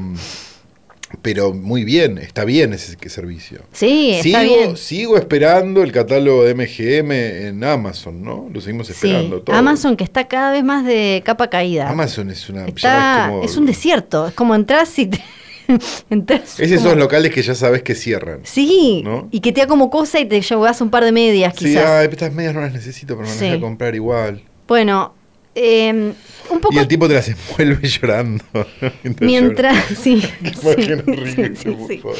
S3: Pero muy bien, está bien ese servicio.
S2: Sí, está
S3: sigo,
S2: bien.
S3: sigo esperando el catálogo de MGM en Amazon, ¿no? Lo seguimos esperando
S2: Sí.
S3: todo.
S2: Amazon que está cada vez más de capa caída.
S3: Amazon es una. ya
S2: Está-
S3: como-
S2: es un desierto. Es como entras y te. [laughs] entras
S3: Es
S2: como-
S3: esos locales que ya sabes que cierran.
S2: Sí,
S3: ¿no?
S2: y que te da como cosa y te llevas un par de medias
S3: Sí,
S2: quizás.
S3: ay, estas medias no las necesito, pero me las voy
S2: Sí.
S3: a comprar igual.
S2: Bueno, eh, un poco
S3: Y el tipo te las [laughs] envuelve llorando. [laughs]
S2: mientras. [laughs] Sí,
S3: Qué
S2: sí,
S3: imagen
S2: sí,
S3: horrible,
S2: sí,
S3: por
S2: sí.
S3: favor.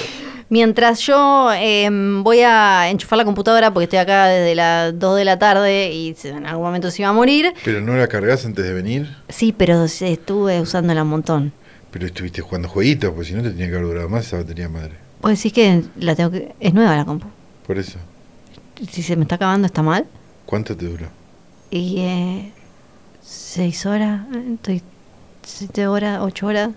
S2: Mientras yo eh, voy a enchufar la computadora porque estoy acá desde las 2 de la tarde y se- en algún momento se iba a morir.
S3: Pero no la cargas antes de venir.
S2: Sí, pero estuve usándola un montón.
S3: Pero estuviste jugando jueguitos, porque si no te tenía que haber durado más esa batería madre.
S2: Vos decís que la tengo que. Es nueva la compu.
S3: Por eso.
S2: Si se me está acabando, está mal.
S3: ¿Cuánto te duró?
S2: Y. Eh, ¿Seis horas? Estoy. ¿Siete horas? ¿Ocho horas?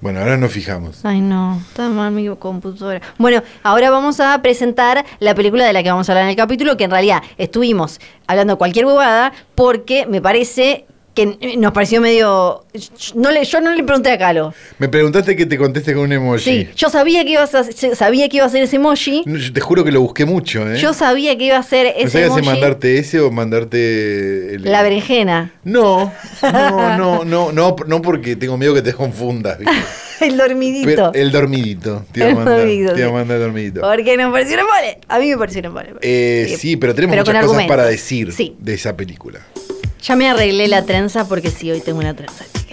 S3: Bueno, ahora nos fijamos.
S2: Ay, no, está mal mi computadora. Bueno, ahora vamos a presentar la película de la que vamos a hablar en el capítulo, que en realidad estuvimos hablando cualquier bobada, porque me parece que eh, nos pareció medio. No le, yo no le pregunté a Calo.
S3: Me preguntaste que te conteste con un emoji.
S2: Sí, yo sabía que ibas a, sabía que iba a ser ese emoji.
S3: No, yo te juro que lo busqué mucho, ¿eh?
S2: Yo sabía que iba a ser
S3: no
S2: ese
S3: sabía si
S2: emoji.
S3: mandarte ese o mandarte el-
S2: La berenjena.
S3: No, no, no, no, no, no porque tengo miedo que te confundas. ¿viste?
S2: [laughs] El dormidito.
S3: Pero eh, el dormidito, te iba a
S2: El
S3: mandar,
S2: dormidito,
S3: te iba a
S2: sí.
S3: mandar el dormidito.
S2: Porque nos pareció un embole. A mí me pareció un embole.
S3: Eh,
S2: Sí.
S3: sí, pero tenemos
S2: con
S3: muchas cosas
S2: argumentos.
S3: para decir
S2: Sí.
S3: de esa película.
S2: Ya me arreglé la trenza porque sí, hoy tengo una trenza, chicas.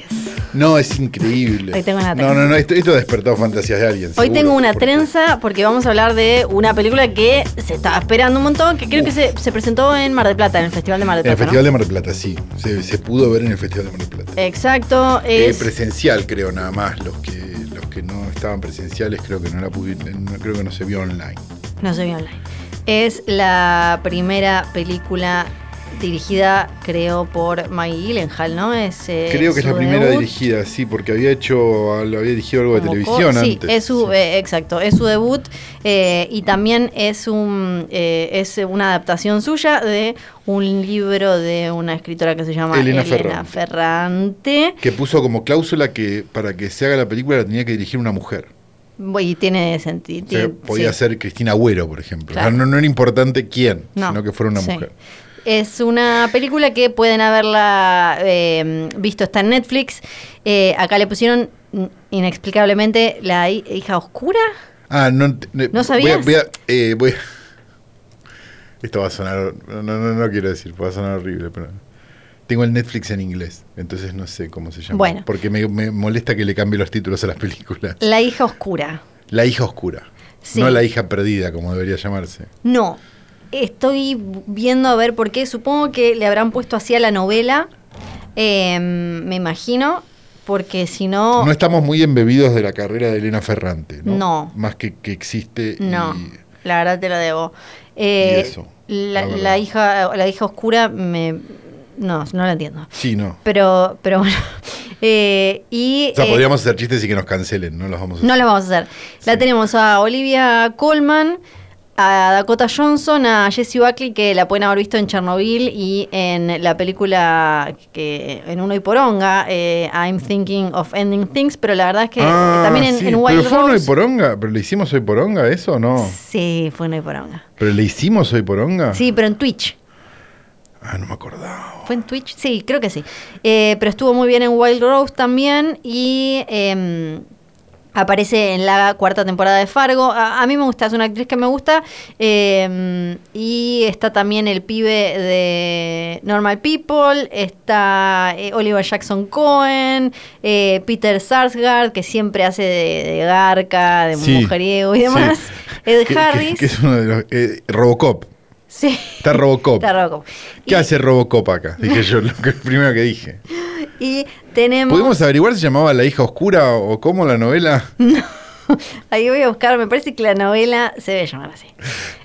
S3: No, es increíble.
S2: Hoy tengo una
S3: no, no, no, esto, esto ha despertado fantasías de alguien.
S2: Hoy
S3: seguro,
S2: tengo una
S3: porque-
S2: trenza porque vamos a hablar de una película que se estaba esperando un montón, que creo que se, se presentó en Mar del Plata, en el Festival de Mar del
S3: En el
S2: Plata.
S3: Festival de Mar del Plata, sí. Se, se pudo ver en el Festival de Mar del Plata.
S2: ¿no? Exacto,
S3: Eh,
S2: es
S3: presencial creo nada más los que los que no estaban presenciales creo que no la pudi- no, creo que no se vio online
S2: No se vio online. Es la primera película dirigida, creo, por Maggie Gyllenhaal, ¿no? Es, eh,
S3: creo que es
S2: su
S3: la primera
S2: debut
S3: dirigida sí porque había hecho algo- había dirigido algo de
S2: como
S3: televisión
S2: co- sí,
S3: antes
S2: es su, eh, exacto, es su debut eh, y también es, un, eh, es una adaptación suya de un libro de una escritora que se llama
S3: Elena
S2: Elena,
S3: Ferrante.
S2: Ferrante.
S3: que puso como cláusula que para que se haga la película la tenía que dirigir una mujer
S2: Y tiene
S3: O sea,
S2: sentido.
S3: podía ser Cristina Agüero por ejemplo O sea,
S2: Claro.
S3: no, no era importante quién
S2: No,
S3: sino que fuera una
S2: sí.
S3: mujer
S2: Es una película que pueden haberla eh, visto, está en Netflix. Eh, acá le pusieron mm, inexplicablemente la hi- hija oscura.
S3: ah no te- voy a-
S2: sabías?
S3: voy a- eh, voy a- [laughs] esto va a sonar no, no no quiero decir va a sonar horrible pero tengo el Netflix en inglés, entonces no sé cómo se llama.
S2: Bueno.
S3: Porque me, me molesta que le cambie los títulos a las películas.
S2: La hija oscura.
S3: La hija oscura.
S2: Sí.
S3: No la hija perdida, como debería llamarse.
S2: No, estoy viendo a ver por qué. Supongo que le habrán puesto así a la novela, eh, me imagino, porque si no...
S3: No estamos muy embebidos de la carrera de Elena Ferrante, ¿no?
S2: No.
S3: Más que, que existe. y-
S2: No, la verdad te lo debo. Eh,
S3: Y eso,
S2: la,
S3: la verdad.
S2: la hija, la hija oscura me... No, no la entiendo.
S3: Sí, no.
S2: Pero, pero bueno. [laughs] Eh, y
S3: O sea,
S2: eh,
S3: podríamos hacer chistes y que nos cancelen, no los vamos a
S2: no la vamos a hacer. La
S3: Sí.
S2: tenemos a Olivia Colman, a Dakota Johnson, a Jessie Buckley, que la pueden haber visto en Chernobyl y en la película que en uno y poronga, eh, I'm Thinking of Ending Things, pero la verdad es que
S3: Ah,
S2: también en,
S3: sí,
S2: en Wild
S3: Pero fue un hoy
S2: Rose-
S3: poronga, pero le hicimos hoy poronga eso o no?
S2: Sí, fue uno y poronga.
S3: Pero le hicimos hoy poronga.
S2: Sí, pero en Twitch.
S3: Ah, no me acordaba.
S2: ¿Fue en Twitch? Sí, creo que sí. Eh, pero estuvo muy bien en Wild Rose también y eh, aparece en la cuarta temporada de Fargo. A, a mí me gusta, es una actriz que me gusta. eh, y está también el pibe de Normal People, está eh, Oliver Jackson Cohen, eh, Peter Sarsgaard, que siempre hace de, de garca, de
S3: Sí,
S2: mujeriego y demás.
S3: sí.
S2: Ed
S3: [laughs] Que- que-
S2: Harris.
S3: Que, es uno de los. eh, Robocop.
S2: Sí.
S3: Está Robocop.
S2: Está Robocop.
S3: ¿Qué hace Robocop acá?
S2: [laughs]
S3: Dije yo, lo que, primero que dije.
S2: Y, y tenemos... Mm.
S3: ¿Pudimos averiguar si llamaba La hija oscura o cómo la novela?
S2: Ahí voy a buscar, me parece que la novela se debe llamar así.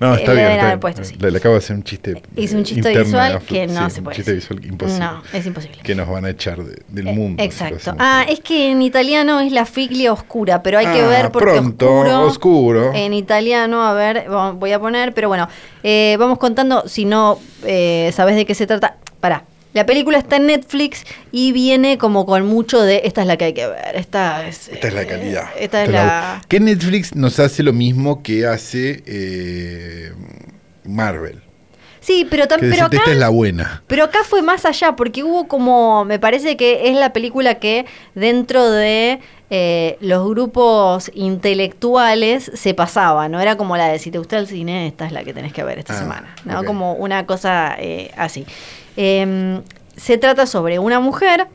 S3: No, está
S2: Eh,
S3: bien.
S2: deben
S3: está
S2: haber
S3: bien.
S2: puesto, sí. Eh,
S3: Le, le acabo de hacer un chiste.
S2: Hice un chiste
S3: interno de
S2: visual
S3: Afro.
S2: que no
S3: Sí,
S2: se
S3: un
S2: puede.
S3: chiste
S2: decir.
S3: visual imposible.
S2: No, es imposible.
S3: Que nos van a echar de- del
S2: Eh,
S3: mundo. si lo
S2: Exacto.
S3: hacemos.
S2: Ah, es que en italiano es la figlia oscura, pero hay que
S3: Ah,
S2: ver porque
S3: pronto, oscuro.
S2: En italiano, a ver, vo- voy a poner, pero bueno, eh, vamos contando si no eh, sabes de qué se trata. Pará. La película está en Netflix y viene como con mucho de esta es la que hay que ver, esta es,
S3: Esta es la calidad.
S2: eh, Esta es la
S3: Que Netflix nos hace lo mismo que hace eh, Marvel.
S2: Sí, pero
S3: Que
S2: también pero acá
S3: decirte, esta es la buena.
S2: Pero acá fue más allá, porque hubo como, me parece que es la película que dentro de eh, los grupos intelectuales se pasaba, ¿no? Era como la de si te gusta el cine, esta es la que tenés que ver esta
S3: Ah,
S2: semana, ¿no?
S3: ok.
S2: Como una cosa eh, así. Em, se trata sobre una mujer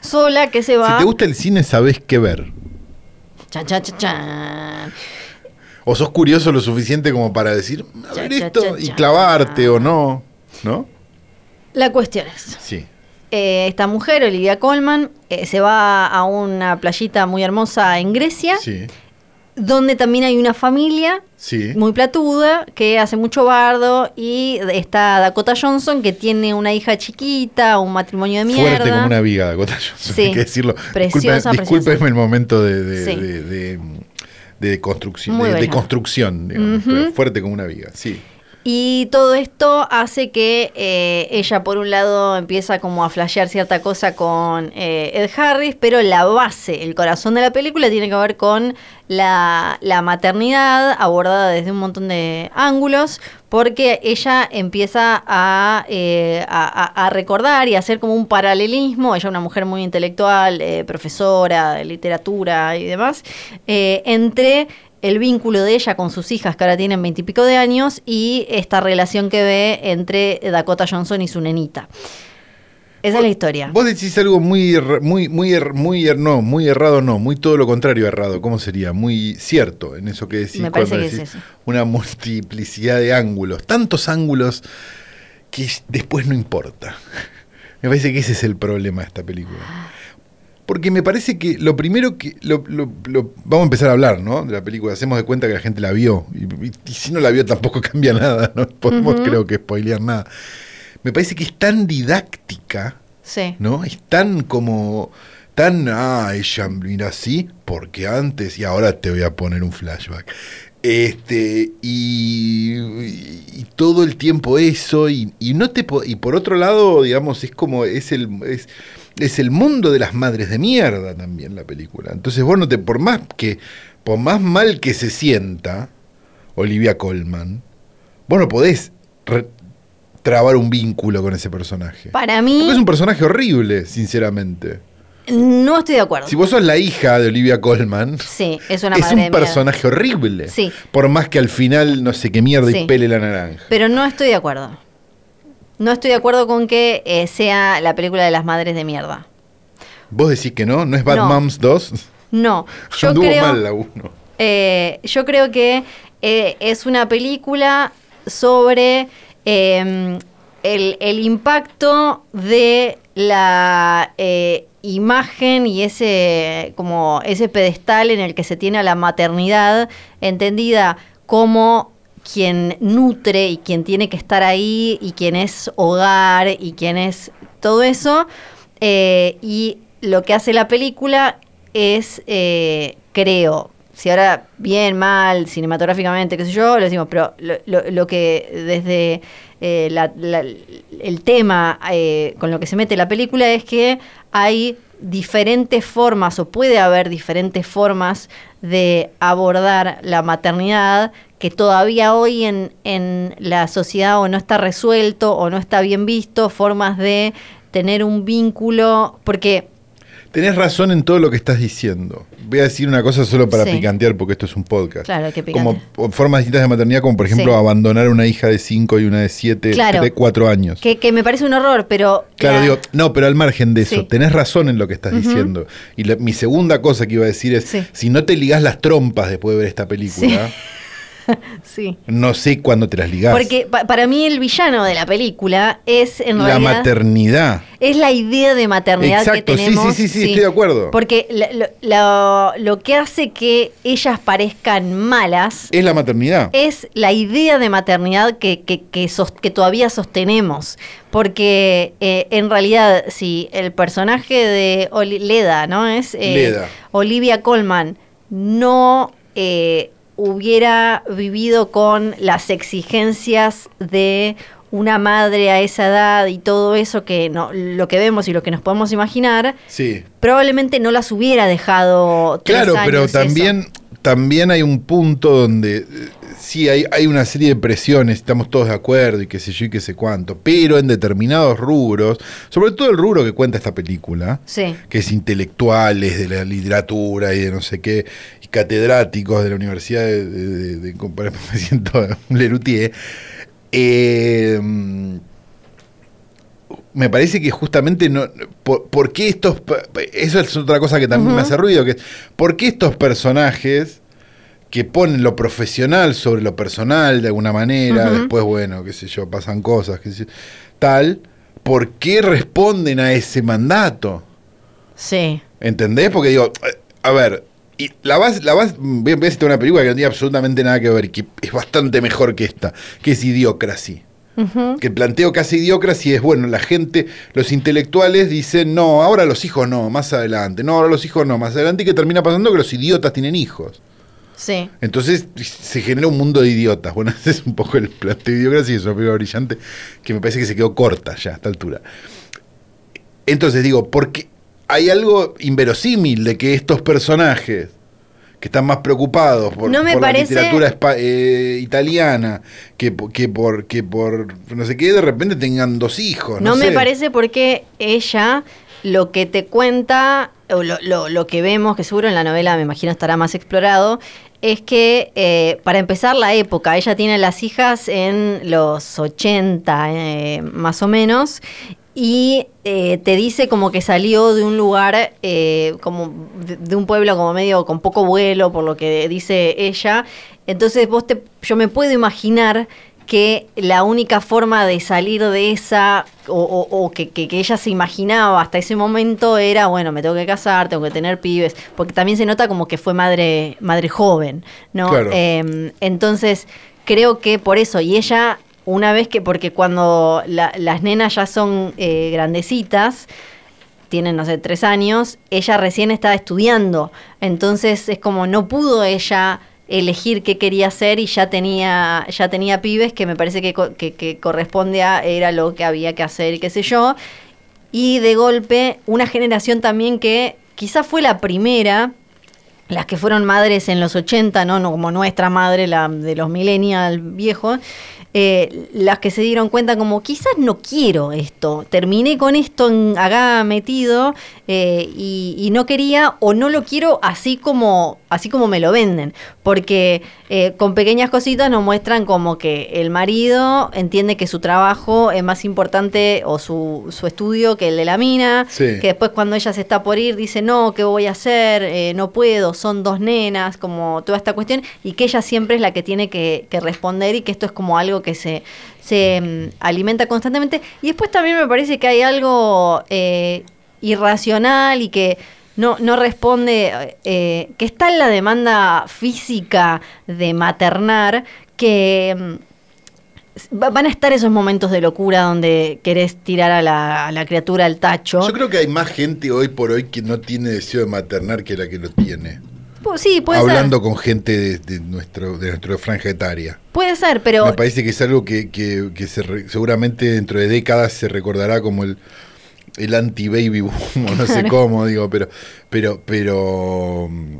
S2: sola que se va...
S3: Si te gusta el cine, sabes qué ver.
S2: Chan, chan, chan, chan.
S3: O sos curioso lo suficiente como para decir, a
S2: Cha,
S3: ver
S2: cha,
S3: esto,
S2: cha,
S3: y
S2: cha.
S3: clavarte o no. ¿No?
S2: La cuestión es...
S3: Sí.
S2: eh, esta mujer, Olivia Colman, eh, se va a una playita muy hermosa en Grecia.
S3: Sí.
S2: donde también hay una familia
S3: Sí.
S2: muy platuda que hace mucho bardo y está Dakota Johnson que tiene una hija chiquita, un matrimonio de mierda.
S3: Fuerte como una viga, Dakota [laughs] Johnson,
S2: Sí.
S3: hay que decirlo.
S2: Preciosa,
S3: Disculpe- discúlpeme
S2: preciosa.
S3: el momento de, de,
S2: Sí.
S3: de- de- de construcción,
S2: Muy
S3: de, de
S2: bella.
S3: construcción, digamos,
S2: Ujú.
S3: pero fuerte como una viga, sí.
S2: Y todo esto hace que eh, ella, por un lado, empieza como a flashear cierta cosa con eh, Ed Harris, pero la base, el corazón de la película tiene que ver con la, la maternidad abordada desde un montón de ángulos, porque ella empieza a, eh, a- a- a recordar y a hacer como un paralelismo, ella es una mujer muy intelectual, eh, profesora de literatura y demás, eh, entre el vínculo de ella con sus hijas que ahora tienen veintipico de años y esta relación que ve entre Dakota Johnson y su nenita. Esa es la historia.
S3: Vos decís algo muy, er- muy, muy, er- muy, er- no, muy errado, no, muy todo lo contrario errado, ¿cómo sería? Muy cierto en eso que decís.
S2: Me parece
S3: cuando
S2: que es
S3: decís
S2: eso.
S3: Una multiplicidad de ángulos, tantos ángulos que es- después no importa. [laughs] Me parece que ese es el problema de esta película. Porque me parece que lo primero que. Lo, lo- lo- vamos a empezar a hablar, ¿no? De la película. Hacemos de cuenta que la gente la vio. Y, y- y si no la vio tampoco [laughs] cambia nada. No podemos, creo que, spoilear nada. Me parece que es tan didáctica.
S2: Sí.
S3: ¿no? Es tan como, tan, ah, ella mira así, porque antes, y ahora te voy a poner un flashback. Este, y, y todo el tiempo eso, y, y no te po- y por otro lado, digamos, es como, es el, es, es el mundo de las madres de mierda también la película. Entonces, bueno, te, por más que, por más mal que se sienta Olivia Colman, bueno, podés re- trabar un vínculo con ese personaje.
S2: Para mí,
S3: Porque es un personaje horrible, sinceramente.
S2: no estoy de acuerdo.
S3: Si vos sos la hija de Olivia Colman,
S2: sí, es una
S3: [laughs] es
S2: madre de
S3: un
S2: mierda.
S3: personaje horrible.
S2: Sí.
S3: Por más que al final no sé qué mierda
S2: Sí.
S3: y pele la naranja.
S2: Pero no estoy de acuerdo. No estoy de acuerdo con que eh, sea la película de las madres de mierda.
S3: ¿Vos decís que no? ¿No es Bad
S2: No.
S3: Moms 2? [laughs]
S2: No, yo
S3: Anduvo
S2: creo...
S3: mal la 1.
S2: Eh, yo creo que eh, es una película sobre eh, el, el impacto de la eh, imagen y ese como ese pedestal en el que se tiene a la maternidad entendida como quien nutre y quien tiene que estar ahí y quien es hogar y quien es todo eso eh, y lo que hace la película es, eh, creo, si ahora bien, mal, cinematográficamente, qué sé yo, lo decimos, pero lo, lo- lo que desde eh, la- la- el tema eh, con lo que se mete la película es que hay diferentes formas o puede haber diferentes formas de abordar la maternidad que todavía hoy en, en la sociedad o no está resuelto o no está bien visto, formas de tener un vínculo, porque
S3: Tenés razón en todo lo que estás diciendo. Voy a decir una cosa solo para
S2: Sí.
S3: picantear, porque esto es un podcast.
S2: Claro, hay que
S3: como
S2: picantear.
S3: o- formas distintas de maternidad, como por ejemplo
S2: Sí.
S3: abandonar una hija de 5 y una de 7,
S2: Claro.
S3: de 4 años.
S2: Que, que me parece un horror, pero.
S3: Claro,
S2: la-
S3: digo, no, pero al margen de eso,
S2: Sí.
S3: tenés razón en lo que estás diciendo. Y la- mi segunda cosa que iba a decir es,
S2: Sí.
S3: si no te ligás las trompas después de ver esta película,
S2: sí.
S3: No sé cuándo te las ligás.
S2: Porque pa- para mí el villano de la película es en
S3: la
S2: realidad
S3: maternidad.
S2: es la idea de maternidad
S3: Exacto,
S2: que
S3: sí,
S2: tenemos.
S3: sí, sí, sí, estoy de acuerdo.
S2: Porque la- lo, la- lo que hace que ellas parezcan malas
S3: Es la maternidad.
S2: es la idea de maternidad que, que, que sos- que todavía sostenemos. Porque eh, en realidad, si el personaje de Oli- Leda, ¿no? Es eh,
S3: Leda.
S2: Olivia Colman, no eh, hubiera vivido con las exigencias de una madre a esa edad y todo eso que no, lo que vemos y lo que nos podemos imaginar,
S3: Sí.
S2: probablemente no las hubiera dejado. tres
S3: Claro, pero
S2: años eso.
S3: también, también hay un punto donde eh, sí hay, hay una serie de presiones, estamos todos de acuerdo y qué sé yo y qué sé cuánto, pero en determinados rubros, sobre todo el rubro que cuenta esta película,
S2: Sí.
S3: que es intelectuales de la literatura y de no sé qué, y catedráticos de la Universidad de, de, de- de- [laughs] me siento un Lerutier, eh, mm, me parece que justamente no. ¿Por, por qué estos.? pe- pe- Eso es otra cosa que también me hace ruido, que es, ¿por qué estos personajes que ponen lo profesional sobre lo personal de alguna manera,
S2: Ujú.
S3: después, bueno, qué sé yo, pasan cosas, qué sé yo, tal, ¿por qué responden a ese mandato?
S2: Sí.
S3: ¿Entendés? Porque digo, eh, a ver, y la vas, la vas, voy a voy a citar una película que no tiene absolutamente nada que ver, que es bastante mejor que esta, que es Idiocracy.
S2: Ujú.
S3: Que el planteo casi idiocracy es, bueno, la gente, los intelectuales dicen, no, ahora los hijos no, más adelante, no, ahora los hijos no, más adelante, y que termina pasando que los idiotas tienen hijos.
S2: Sí.
S3: Entonces se genera un mundo de idiotas. Bueno, [laughs] ese es un poco el planteo de idiocracia, es una película brillante que me parece que se quedó corta ya a esta altura. Entonces digo, porque hay algo inverosímil de que estos personajes que están más preocupados por,
S2: No me
S3: por
S2: parece-
S3: la literatura espa- eh, italiana que, po- que por, que por no sé qué, de repente tengan dos hijos. No,
S2: No me
S3: sé.
S2: parece porque ella lo que te cuenta, o lo, lo- lo que vemos, que seguro en la novela me imagino estará más explorado, es que eh, para empezar la época, ella tiene las hijas en los 80 eh, más o menos. Y eh, te dice como que salió de un lugar, eh, como de, de un pueblo como medio con poco vuelo, por lo que dice ella. Entonces vos te, yo me puedo imaginar que la única forma de salir de esa, o, o- o que, que- que ella se imaginaba hasta ese momento, era, bueno, me tengo que casar, tengo que tener pibes, porque también se nota como que fue madre, madre joven, ¿no?
S3: Claro.
S2: Eh, entonces, creo que por eso, y ella, una vez que, porque cuando la- las nenas ya son eh, grandecitas, tienen, no sé, tres años, ella recién estaba estudiando. Entonces es como no pudo ella elegir qué quería hacer y ya tenía, ya tenía pibes que me parece que, co- que- que corresponde a era lo que había que hacer y qué sé yo. Y de golpe, una generación también que quizás fue la primera, las que fueron madres en los 80, ¿no? No como nuestra madre, la de los millennials viejos, eh, las que se dieron cuenta como quizás no quiero esto, terminé con esto en- acá metido eh, y, y no quería o no lo quiero así como, así como me lo venden, porque eh, con pequeñas cositas nos muestran como que el marido entiende que su trabajo es más importante o su, su estudio que el de la mina,
S3: Sí.
S2: que después cuando ella se está por ir dice, no, ¿qué voy a hacer? Eh, no puedo, son dos nenas, como toda esta cuestión, y que ella siempre es la que tiene que, que responder y que esto es como algo que se, se mm, alimenta constantemente. Y después también me parece que hay algo eh, irracional y que no, no responde, eh, que está en la demanda física de maternar, que... mm, va- Van a estar esos momentos de locura donde querés tirar a la, a la criatura al tacho.
S3: Yo creo que hay más gente hoy por hoy que no tiene deseo de maternar que la que lo tiene.
S2: Pu- Sí, puede
S3: hablando
S2: ser.
S3: con gente de, de nuestro, de nuestra franja etaria.
S2: Puede ser, pero
S3: Me parece que es algo que, que- que se re- seguramente dentro de décadas se recordará como el, el anti-baby boom, [laughs] o no sé cómo, digo, pero, pero, pero. mm,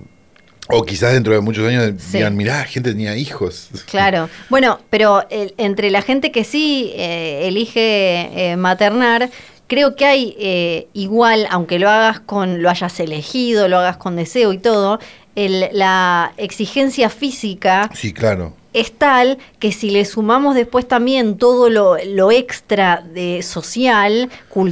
S3: O quizás dentro de muchos años
S2: Sí.
S3: digan, mirá, gente tenía hijos.
S2: claro. Bueno, pero el- entre la gente que sí eh, elige eh, maternar, creo que hay eh, igual, aunque lo hagas con, lo hayas elegido, lo hagas con deseo y todo, el- la exigencia física
S3: [laughs] Sí, claro.
S2: es tal que si le sumamos después también todo lo, lo extra de social,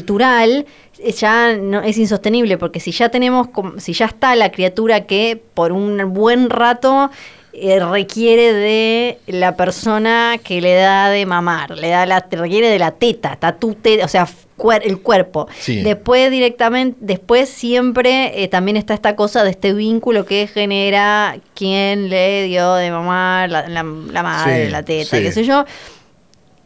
S2: cultural, eh, ya no, es insostenible, porque si ya tenemos, com- si ya está la criatura que por un buen rato eh, requiere de la persona que le da de mamar, le da la, requiere de la teta, tatu teta, o sea, cuer- el cuerpo.
S3: Sí.
S2: Después directamente, después siempre eh, también está esta cosa de este vínculo que genera quien le dio de mamar la, la- la madre,
S3: Sí,
S2: la teta,
S3: sí.
S2: qué sé yo.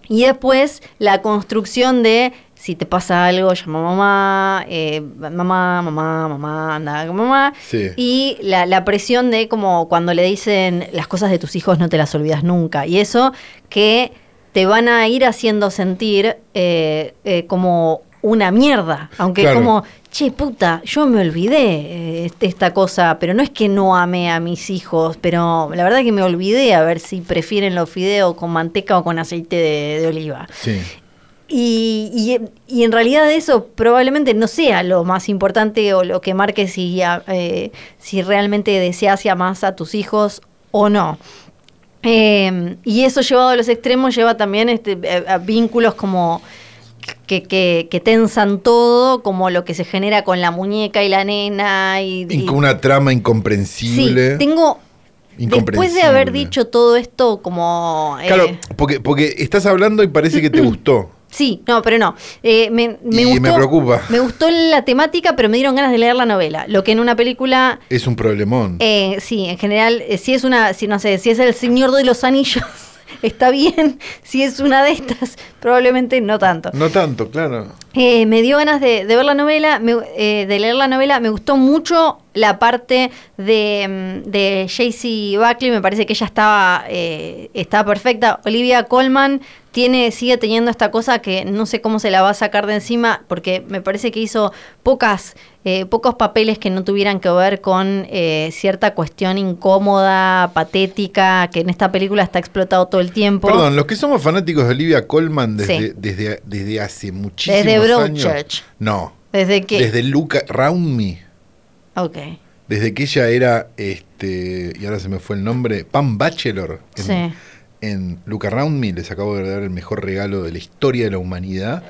S2: Y después la construcción de si te pasa algo, llama a mamá, eh, mamá, mamá, mamá, anda con mamá.
S3: Sí.
S2: Y la, la presión de como cuando le dicen las cosas de tus hijos no te las olvidas nunca. Y eso que te van a ir haciendo sentir eh, eh, como una mierda. Aunque
S3: Claro.
S2: como, che, puta, yo me olvidé eh, este- esta cosa, pero no es que no amé a mis hijos, pero la verdad que me olvidé a ver si prefieren los fideos con manteca o con aceite de- de oliva.
S3: Sí.
S2: Y, y- y en realidad eso probablemente no sea lo más importante o lo que marque si, a- eh, si realmente deseas y amás a tus hijos o no. Eh, y eso llevado a los extremos lleva también este, eh, a vínculos como que, que- que tensan todo, como lo que se genera con la muñeca y la nena. Y,
S3: Y
S2: y-
S3: con una trama
S2: sí,
S3: incomprensible.
S2: tengo... Después de haber
S3: incomprensible.
S2: dicho todo esto como... eh,
S3: Claro, porque, porque estás hablando y
S2: [clears throat]
S3: parece que te gustó.
S2: Sí, no, pero no. Eh, me, me
S3: Y
S2: gustó,
S3: me preocupa.
S2: me gustó la temática, pero me dieron ganas de leer la novela. Lo que en una película,
S3: Es un problemón.
S2: eh, sí, en general, eh, si es una, si no sé, si es el Señor de los Anillos, [laughs] está bien. Si es una de estas, probablemente no tanto.
S3: No tanto, claro.
S2: Eh, me dio ganas de, de ver la novela, me- eh, de leer la novela. Me gustó mucho la parte de, mm, de JC Buckley. Me parece que ella estaba, eh, estaba perfecta. Olivia Colman tiene, sigue teniendo esta cosa que no sé cómo se la va a sacar de encima, porque me parece que hizo pocas, eh, pocos papeles que no tuvieran que ver con eh, cierta cuestión incómoda, patética, que en esta película está explotado todo el tiempo.
S3: Perdón, los que somos fanáticos de Olivia Colman desde,
S2: Sí.
S3: desde, desde hace muchísimos
S2: Desde
S3: años.
S2: Broadchurch.
S3: No.
S2: Desde que.
S3: Desde Luca Round Me.
S2: Ok.
S3: Desde que ella era, este, y ahora se me fue el nombre, Pam Bachelor. En,
S2: Sí.
S3: en Luca Round Me les acabo de dar el mejor regalo de la historia de la humanidad.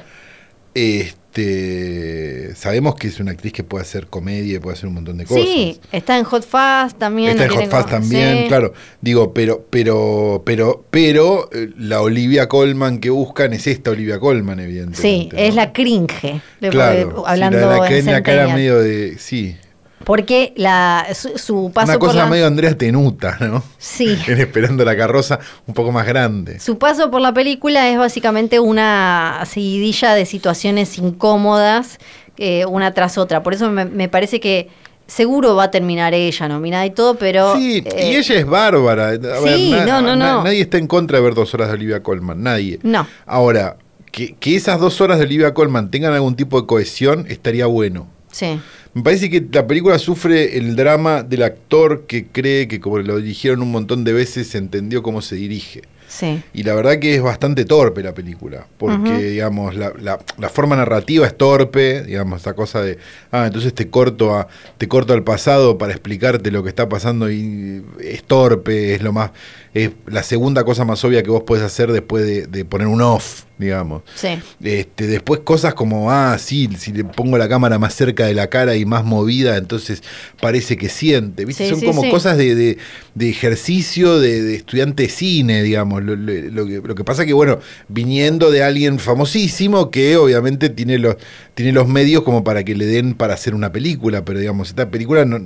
S3: Este, sabemos que es una actriz que puede hacer comedia, puede hacer un montón de cosas.
S2: Sí, está en Hot Fast también.
S3: Está en
S2: lo
S3: Hot
S2: tienen como-
S3: Fast también,
S2: sí.
S3: claro. Digo, pero, pero, pero, pero eh, la Olivia Colman que buscan es esta Olivia Colman, evidentemente.
S2: Sí, es
S3: ¿no?
S2: la cringe, le-
S3: claro,
S2: eh, hablando
S3: sí, la, de la que
S2: en
S3: tiene la cara
S2: Centennial.
S3: medio de. Sí.
S2: Porque la, su, su paso
S3: Una
S2: por
S3: cosa
S2: la,
S3: medio Eh. Andrea Tenuta, ¿no?
S2: Sí.
S3: [laughs] En esperando la carroza un poco más grande.
S2: Su paso por la película es básicamente una seguidilla de situaciones incómodas, eh, una tras otra. Por eso me, me parece que seguro va a terminar ella nominada y todo, pero...
S3: sí,
S2: eh,
S3: y ella es bárbara. A
S2: sí, no, no, no.
S3: Nadie está en contra de ver dos horas de Olivia Colman, nadie.
S2: No.
S3: Ahora, que, que esas dos horas de Olivia Colman tengan algún tipo de cohesión estaría bueno.
S2: Sí,
S3: Me parece que la película sufre el drama del actor que cree que como lo dirigieron un montón de veces entendió cómo se dirige.
S2: sí.
S3: Y la verdad que es bastante torpe la película, porque
S2: Ujú.
S3: digamos, la, la- la forma narrativa es torpe, digamos, esta cosa de, ah, entonces te corto, a, te corto al pasado para explicarte lo que está pasando y es torpe, es lo más, es la segunda cosa más obvia que vos podés hacer después de, de poner un off, digamos.
S2: Sí.
S3: Este, después cosas como, ah, sí, si le pongo la cámara más cerca de la cara y más movida, entonces parece que siente. ¿viste?
S2: Sí,
S3: Son
S2: sí,
S3: como
S2: sí.
S3: cosas de, de- de ejercicio de, de estudiante de cine, digamos. Lo, lo- lo que, lo que pasa que, bueno, viniendo de alguien famosísimo que obviamente tiene los, tiene los medios como para que le den para hacer una película, pero digamos, esta película, no,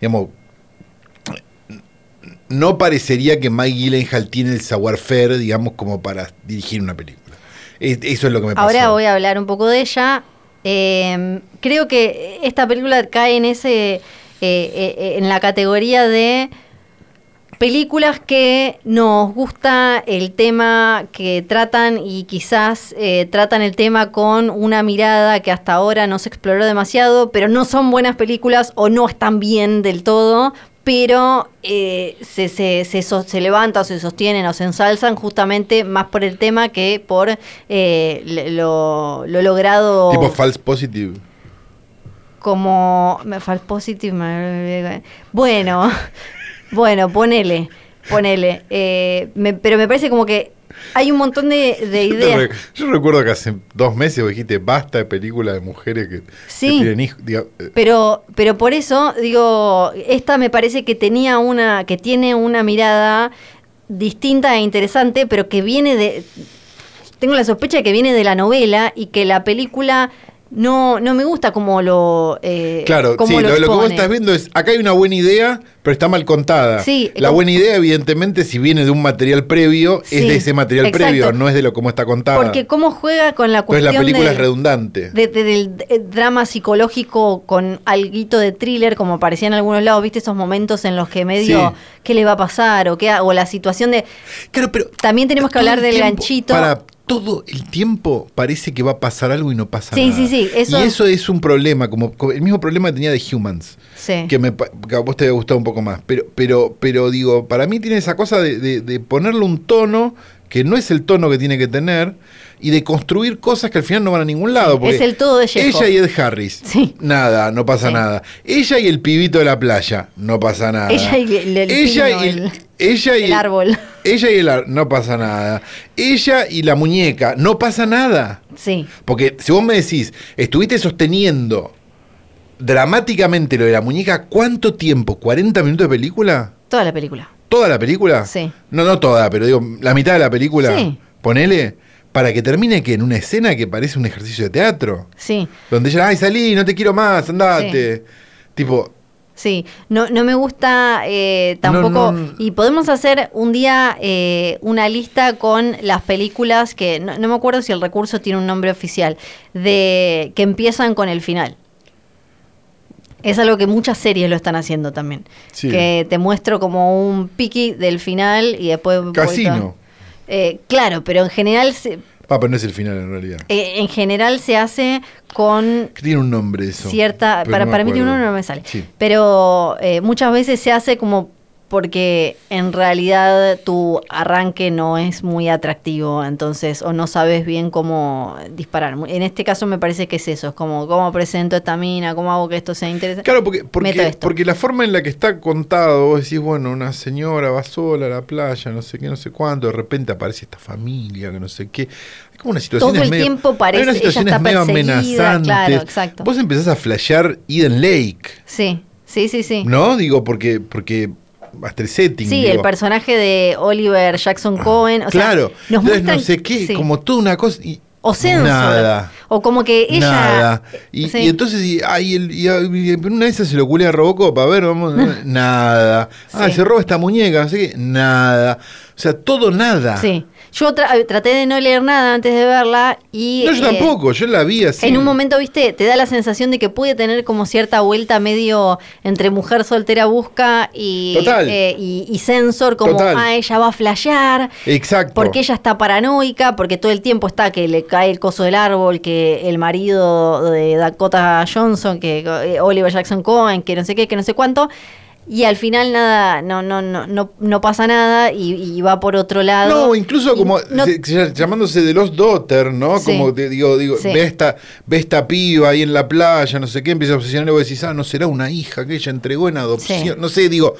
S3: digamos, no parecería que Mike Gyllenhaal tiene el savoir-faire, digamos, como para dirigir una película. Es- Eso es lo que me pasó.
S2: Ahora voy a hablar un poco de ella. Eh, creo que esta película cae en ese. eh, eh, eh, en la categoría de películas que nos gusta el tema que tratan y quizás eh, tratan el tema con una mirada que hasta ahora no se exploró demasiado, pero no son buenas películas o no están bien del todo, pero eh, se, se, se, so- se levanta o se sostienen o se ensalzan justamente más por el tema que por eh, le- lo, lo logrado
S3: Tipo false positive.
S2: como me fal positive me- [laughs] bueno bueno ponele Ponele. eh, me- pero me parece como que hay un montón de, de
S3: Yo, te
S2: ideas.
S3: re- yo recuerdo que hace dos meses vos dijiste basta de películas de mujeres que, que
S2: Sí.
S3: tienen hijos. Diga, eh,
S2: Pero, pero por eso, digo, esta me parece que tenía una, que tiene una mirada distinta e interesante, pero que viene de. Tengo la sospecha de que viene de la novela y que la película no, no me gusta como lo. eh,
S3: Claro,
S2: como
S3: sí, lo, lo que vos
S2: expone.
S3: estás viendo es, acá hay una buena idea, pero está mal contada.
S2: Sí,
S3: la
S2: como-
S3: buena idea, evidentemente, si viene de un material previo, es
S2: Sí,
S3: de ese material
S2: exacto.
S3: previo, no es de lo como está contada.
S2: Porque cómo juega con la
S3: Entonces
S2: cuestión.
S3: la película
S2: de-
S3: es redundante.
S2: de- de- del eh, drama psicológico con alguito de thriller, como aparecía en algunos lados, viste esos momentos en los que medio
S3: Sí.
S2: qué le va a pasar o qué ha- o la situación de
S3: Claro, pero
S2: También tenemos que
S3: todo
S2: hablar
S3: el
S2: del
S3: tiempo-
S2: ganchito.
S3: Para todo el tiempo parece que va a pasar algo y no pasa
S2: Sí,
S3: nada.
S2: sí, sí, eso-
S3: Y eso es un problema, como, como el mismo problema que tenía de Humans.
S2: Sí.
S3: Que, me, pa- que a vos te había gustado un poco más. Pero, pero, pero digo, para mí tiene esa cosa de, de- de ponerle un tono que no es el tono que tiene que tener y de construir cosas que al final no van a ningún lado. porque
S2: es el todo de Chekhov.
S3: Ella y Ed Harris.
S2: Sí.
S3: Nada, no pasa
S2: Sí.
S3: nada. Ella y el pibito de la playa. No pasa nada.
S2: Ella y el- el
S3: Ella
S2: pino,
S3: y
S2: el-
S3: ella y
S2: el árbol. [laughs]
S3: Ella y el árbol. No pasa nada. Ella y la muñeca. No pasa nada.
S2: Sí.
S3: Porque si vos me decís, estuviste sosteniendo dramáticamente lo de la muñeca, ¿cuánto tiempo? ¿40 minutos de película?
S2: Toda la película.
S3: ¿Toda la película?
S2: Sí.
S3: No, no toda, pero digo, la mitad de la película.
S2: Sí.
S3: Ponele. Para que termine que en una escena que parece un ejercicio de teatro.
S2: Sí,
S3: Donde ella, ay, salí, no te quiero más, andate. Tipo,
S2: sí. No, no me gusta eh, tampoco.
S3: No, no, no.
S2: Y podemos hacer un día eh, una lista con las películas que no, no me acuerdo si el recurso tiene un nombre oficial de que empiezan con el final. Es algo que muchas series lo están haciendo también.
S3: Sí.
S2: Que te muestro como un piqui del final y después. voy
S3: Casino.
S2: to- Eh, claro, pero en general se-
S3: ah, pero no es el final en realidad.
S2: Eh, en general se hace con
S3: Que tiene un nombre eso.
S2: cierta.
S3: pero
S2: Para,
S3: no me
S2: para mí tiene
S3: acuerdo.
S2: uno no me sale.
S3: Sí.
S2: Pero eh, muchas veces se hace como porque en realidad tu arranque no es muy atractivo, entonces, o no sabes bien cómo disparar. En este caso me parece que es eso, es como cómo presento esta mina, cómo hago que esto sea interesante.
S3: Claro, porque,
S2: Meto
S3: porque,
S2: esto.
S3: porque la forma en la que está contado, vos decís, bueno, una señora va sola a la playa, no sé qué, no sé cuánto, de repente aparece esta familia, que no sé qué. Hay como una situación
S2: Todo el tiempo parece- ella está perseguida, claro, exacto.
S3: Vos empezás a flashear Eden Lake,
S2: Sí, sí, sí, sí.
S3: ¿no? Digo, porque, porque hasta el setting.
S2: Sí,
S3: digo.
S2: el personaje de Oliver Jackson Cohen. O sea,
S3: Ah, claro,
S2: nos
S3: entonces
S2: muestran-
S3: no sé qué,
S2: sí.
S3: como toda una cosa. Y,
S2: O Sensor.
S3: Nada.
S2: O como que ella.
S3: Nada. Y,
S2: Sí.
S3: y entonces, y, ay, el- y- y- y una de esas se lo culea a Robocop, a ver,
S2: [laughs]
S3: vamos, nada. Ah,
S2: Sí.
S3: se roba esta muñeca, no sé qué, nada. O sea, todo nada.
S2: Sí. Yo tra- eh, traté de no leer nada antes de verla y.
S3: No, yo
S2: eh,
S3: tampoco, yo la vi así.
S2: En un momento, viste, te da la sensación de que puede tener como cierta vuelta medio entre mujer soltera busca y,
S3: Total.
S2: eh, y, y sensor, como,
S3: Total.
S2: ah, ella va a flashear.
S3: Exacto.
S2: Porque ella está paranoica, porque todo el tiempo está que le cae el coso del árbol, que el marido de Dakota Johnson, que eh, Oliver Jackson Cohen, que no sé qué, que no sé cuánto. Y al final nada, no, no, no, no, no pasa nada y, y va por otro lado.
S3: No, incluso
S2: Y
S3: como
S2: no-
S3: se- se- llamándose de los Daughter, ¿no?
S2: Sí.
S3: Como te digo, digo,
S2: Sí.
S3: ve esta, ve esta piba ahí en la playa, no sé qué, empieza a obsesionar y vos decís, ah, no será una hija que ella entregó en adopción.
S2: Sí.
S3: No sé, digo,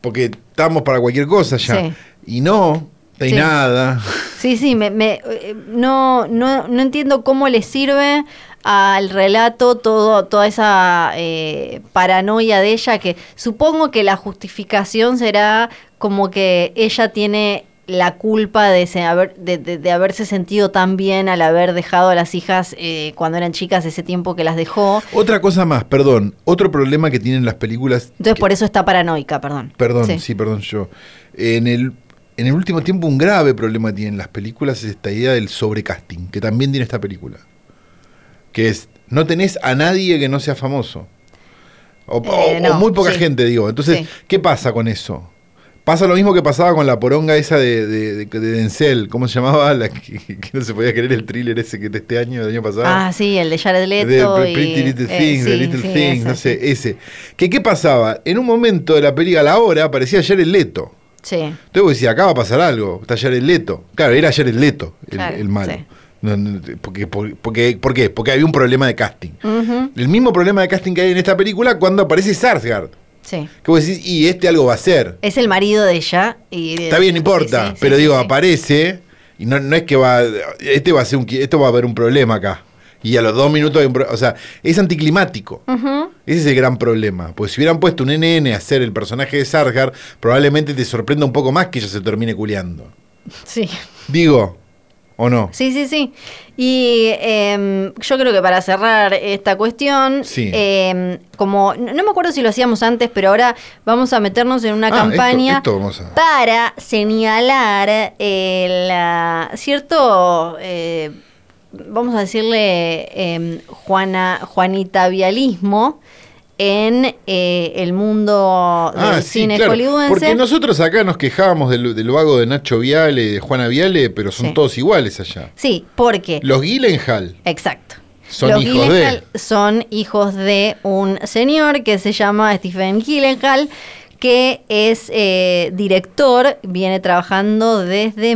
S3: porque estamos para cualquier cosa ya.
S2: Sí.
S3: Y no, hay
S2: Sí.
S3: nada.
S2: Sí, sí, me, me, eh, no, no, no entiendo cómo le sirve al relato todo, toda esa eh, paranoia de ella, que supongo que la justificación será como que ella tiene la culpa de, se- haber, de, de- de haberse sentido tan bien al haber dejado a las hijas eh, cuando eran chicas ese tiempo que las dejó.
S3: Otra cosa más, perdón, otro problema que tienen las películas.
S2: Entonces
S3: que-
S2: por eso está paranoica, perdón.
S3: Perdón, sí. perdón yo. En el, en el último tiempo un grave problema que tienen las películas es esta idea del sobrecasting, que también tiene esta película. Que es, no tenés a nadie que no sea famoso. O, o-
S2: Eh,
S3: o
S2: no,
S3: muy poca
S2: sí.
S3: gente, digo. Entonces,
S2: Sí.
S3: ¿qué pasa con eso? Pasa lo mismo que pasaba con la poronga esa de, de, de- de Denzel, ¿cómo se llamaba? La que, que no se podía creer el thriller ese que de este año, del año pasado.
S2: Ah, sí, el de Jared
S3: De
S2: Leto.
S3: Pre-
S2: y-
S3: Pretty Little
S2: eh,
S3: Things, The
S2: sí,
S3: Little
S2: sí,
S3: Things,
S2: esa,
S3: no sé,
S2: sí.
S3: ese. ¿Qué, ¿Qué pasaba? En un momento de la película, a la hora, aparecía Jared Leto.
S2: Sí.
S3: Entonces vos decís, acá va a pasar algo, está Jared Leto. Claro, era Jared Leto el,
S2: Claro,
S3: el malo.
S2: sí.
S3: No, no, porque, porque, porque- ¿Por qué? Porque había un problema de casting.
S2: Ujú.
S3: El mismo problema de casting que hay en esta película cuando aparece Sarsgaard.
S2: Sí.
S3: Que vos decís, y este algo va a ser.
S2: Es el marido de ella. Y,
S3: Está bien, no importa.
S2: Sí, sí,
S3: pero
S2: sí,
S3: digo,
S2: sí.
S3: aparece. Y no, no es que va. Este va a ser un. qui- Esto va a haber un problema acá. Y a los dos minutos hay un pro- O sea, es anticlimático.
S2: Ujú.
S3: Ese es el gran problema. Pues si hubieran puesto un NN a ser el personaje de Sargar, probablemente te sorprenda un poco más que ella se termine culeando.
S2: Sí.
S3: Digo, ¿o no?
S2: Sí, sí, sí. Y em, yo creo que para cerrar esta cuestión,
S3: Sí.
S2: em, como no no me acuerdo si lo hacíamos antes, pero ahora vamos a meternos en una
S3: Ah,
S2: campaña
S3: esto- esto vamos a-
S2: para señalar el ah, cierto, eh, vamos a decirle, em, Juana, Juanita Vialismo en eh, el mundo del
S3: Ah, sí,
S2: cine
S3: claro.
S2: hollywoodense.
S3: Porque nosotros acá nos quejábamos del, del vago de Nacho Viale y de Juana Viale, pero son
S2: Sí.
S3: todos iguales allá.
S2: Sí, porque...
S3: Los Gyllenhaal.
S2: Exacto.
S3: Son
S2: Los
S3: hijos de-
S2: Gyllenhaal son hijos de un señor que se llama Stephen Gyllenhaal, que es eh, director, viene trabajando desde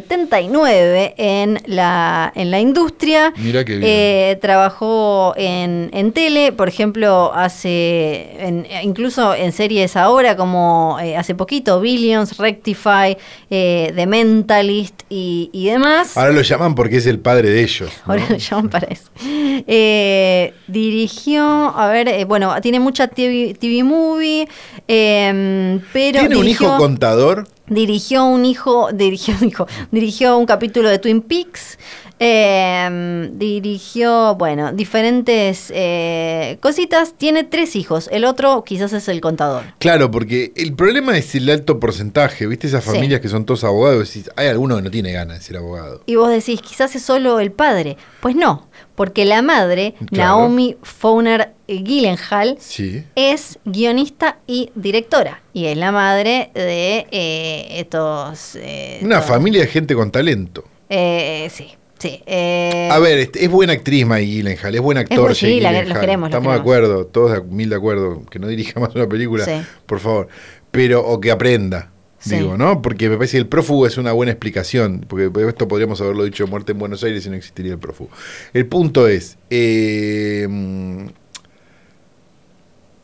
S2: 1979 en la, en la industria.
S3: Mirá qué bien.
S2: Eh, trabajó en, en tele, por ejemplo, hace en- incluso en series ahora como eh, hace poquito, Billions, Rectify, eh, The Mentalist y, y demás.
S3: Ahora lo llaman porque es el padre de ellos.
S2: [laughs]
S3: ¿no?
S2: Ahora lo llaman para eso. Eh, dirigió, a ver, eh, bueno, tiene mucha TV, TV movie, em, pero.
S3: ¿Tiene un
S2: dirigió-
S3: hijo contador?
S2: Dirigió un hijo, [laughs] dirigió un hijo, dirigió un capítulo de Twin Peaks, eh, dirigió, bueno, diferentes eh, cositas. Tiene tres hijos, el otro quizás es el contador.
S3: Claro, porque el problema es el alto porcentaje. ¿Viste esas
S2: Sí.
S3: familias que son todos abogados? Decís, hay alguno que no tiene ganas de ser abogado.
S2: Y vos decís, quizás es solo el padre. Pues no, porque la madre,
S3: Claro.
S2: Naomi Fauner Gyllenhaal,
S3: Sí.
S2: es guionista y directora. Y es la madre de eh, estos... eh,
S3: Una
S2: estos-
S3: familia de gente con talento.
S2: Eh, sí, sí. eh,
S3: A ver, este, es buena actriz Maggie Gyllenhaal, es buen actor
S2: buen-
S3: Jake
S2: sí, la- los
S3: Gyllenhaal.
S2: queremos, los
S3: Estamos de
S2: queremos.
S3: acuerdo, todos de- mil de acuerdo. Que no dirija [laughs] más una película,
S2: Sí.
S3: por favor. Pero, o que aprenda,
S2: Sí.
S3: digo, ¿no? Porque me parece que el prófugo es una buena explicación. Porque esto podríamos haberlo dicho de muerte en Buenos Aires y no existiría el prófugo. El punto es, eh, mm,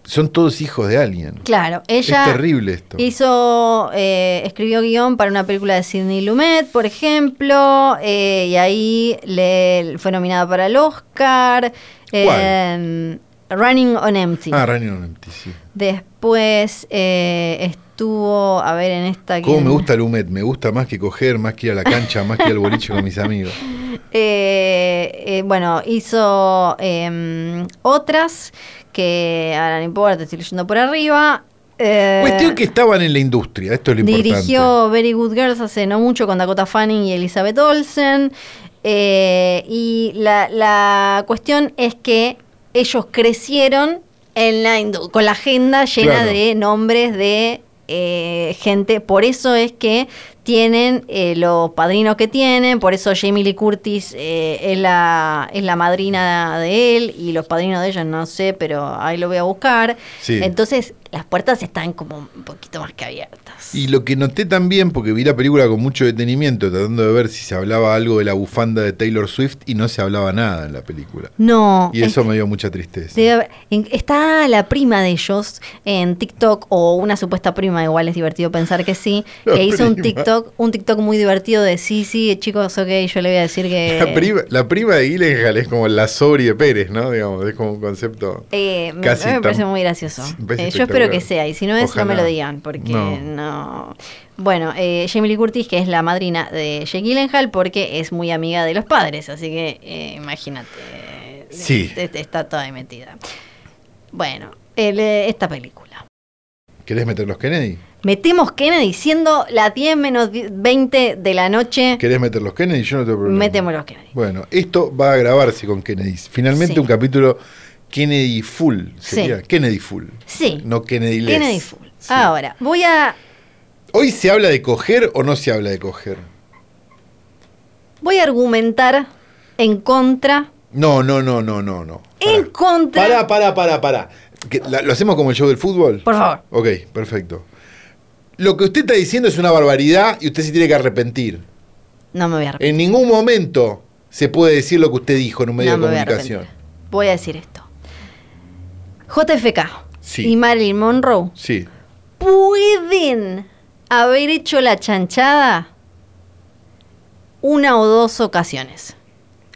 S3: son todos hijos de alguien.
S2: Claro, ella...
S3: es terrible esto.
S2: Hizo, eh, escribió guión para una película de Sidney Lumet, por ejemplo, eh, y ahí le fue nominada para el Oscar. eh, Running on Empty.
S3: Ah, Rani no mentí, sí.
S2: Después eh, estuvo, a ver, en esta...
S3: ¿Cómo
S2: ¿quién?
S3: me gusta el humet? Me gusta más que coger, más que ir a la cancha, más que ir al boliche con mis amigos.
S2: [laughs] Eh, eh, bueno, hizo eh, otras que ahora no importa, estoy leyendo por arriba. Eh,
S3: Cuestión que estaban en la industria, esto es lo importante.
S2: dirigió Very Good Girls hace no mucho con Dakota Fanning y Elizabeth Olsen. Eh, y la, la cuestión es que ellos crecieron en la indu- con la agenda llena
S3: Claro.
S2: de nombres de eh, gente. Por eso es que tienen eh, los padrinos que tienen. Por eso Jamie Lee Curtis eh, es, la, es la madrina de él. Y los padrinos de ella no sé, pero ahí lo voy a buscar.
S3: Sí.
S2: Entonces las puertas están como un poquito más que abiertas.
S3: Y lo que noté también, porque vi la película con mucho detenimiento, tratando de ver si se hablaba algo de la bufanda de Taylor Swift y no se hablaba nada en la película.
S2: No.
S3: Y eso me dio mucha tristeza.
S2: Debe haber- en- está la prima de ellos en TikTok o una supuesta prima, igual es divertido pensar que sí,
S3: [laughs] La
S2: que hizo un
S3: prima.
S2: TikTok, un TikTok muy divertido de sí, sí, chicos, ok, yo le voy a decir que
S3: La prima, la prima de Gyllenhaal es como la sobri de Pérez, ¿no? Digamos, es como un concepto.
S2: Eh, me,
S3: Casi
S2: me
S3: tan-
S2: parece muy
S3: [laughs]
S2: gracioso.
S3: Sí, me parece
S2: Eh, yo espero que
S3: espectacular.
S2: sea, y si no es, no me
S3: Ojalá.
S2: lo digan, porque
S3: No.
S2: no. Bueno, eh, Jamie Lee Curtis, que es la madrina de Jake Gyllenhaal, porque es muy amiga de los padres, así que eh, imagínate. eh,
S3: Sí.
S2: te- te- Está toda ahí metida. Bueno, el, eh, esta película.
S3: ¿Querés meter los Kennedy?
S2: Metemos Kennedy diciendo las 10 menos 20 de la noche.
S3: ¿Querés meter los Kennedy? Yo no tengo problema.
S2: Metemos los Kennedy.
S3: Bueno, esto va a grabarse con Kennedy. Finalmente
S2: Sí.
S3: un capítulo Kennedy Full.
S2: Sí.
S3: Sería Kennedy Full.
S2: Sí.
S3: No Kennedy Less.
S2: Kennedy Full.
S3: Sí.
S2: Ahora, voy a
S3: ¿Hoy se habla de coger o no se habla de coger?
S2: voy a argumentar en contra
S3: No, no, no, no, no, no.
S2: En contra.
S3: Pará, pará, pará, pará. Que la- ¿Lo hacemos como el show del fútbol?
S2: Por favor.
S3: Ok, perfecto. Lo que usted está diciendo es una barbaridad y usted se tiene que arrepentir.
S2: No me voy a arrepentir.
S3: En ningún momento se puede decir lo que usted dijo en un medio
S2: no
S3: de
S2: me voy a
S3: comunicación.
S2: arrepentir. Voy a decir esto. JFK
S3: Sí.
S2: y Marilyn Monroe
S3: Sí.
S2: pueden haber hecho la chanchada una o dos ocasiones.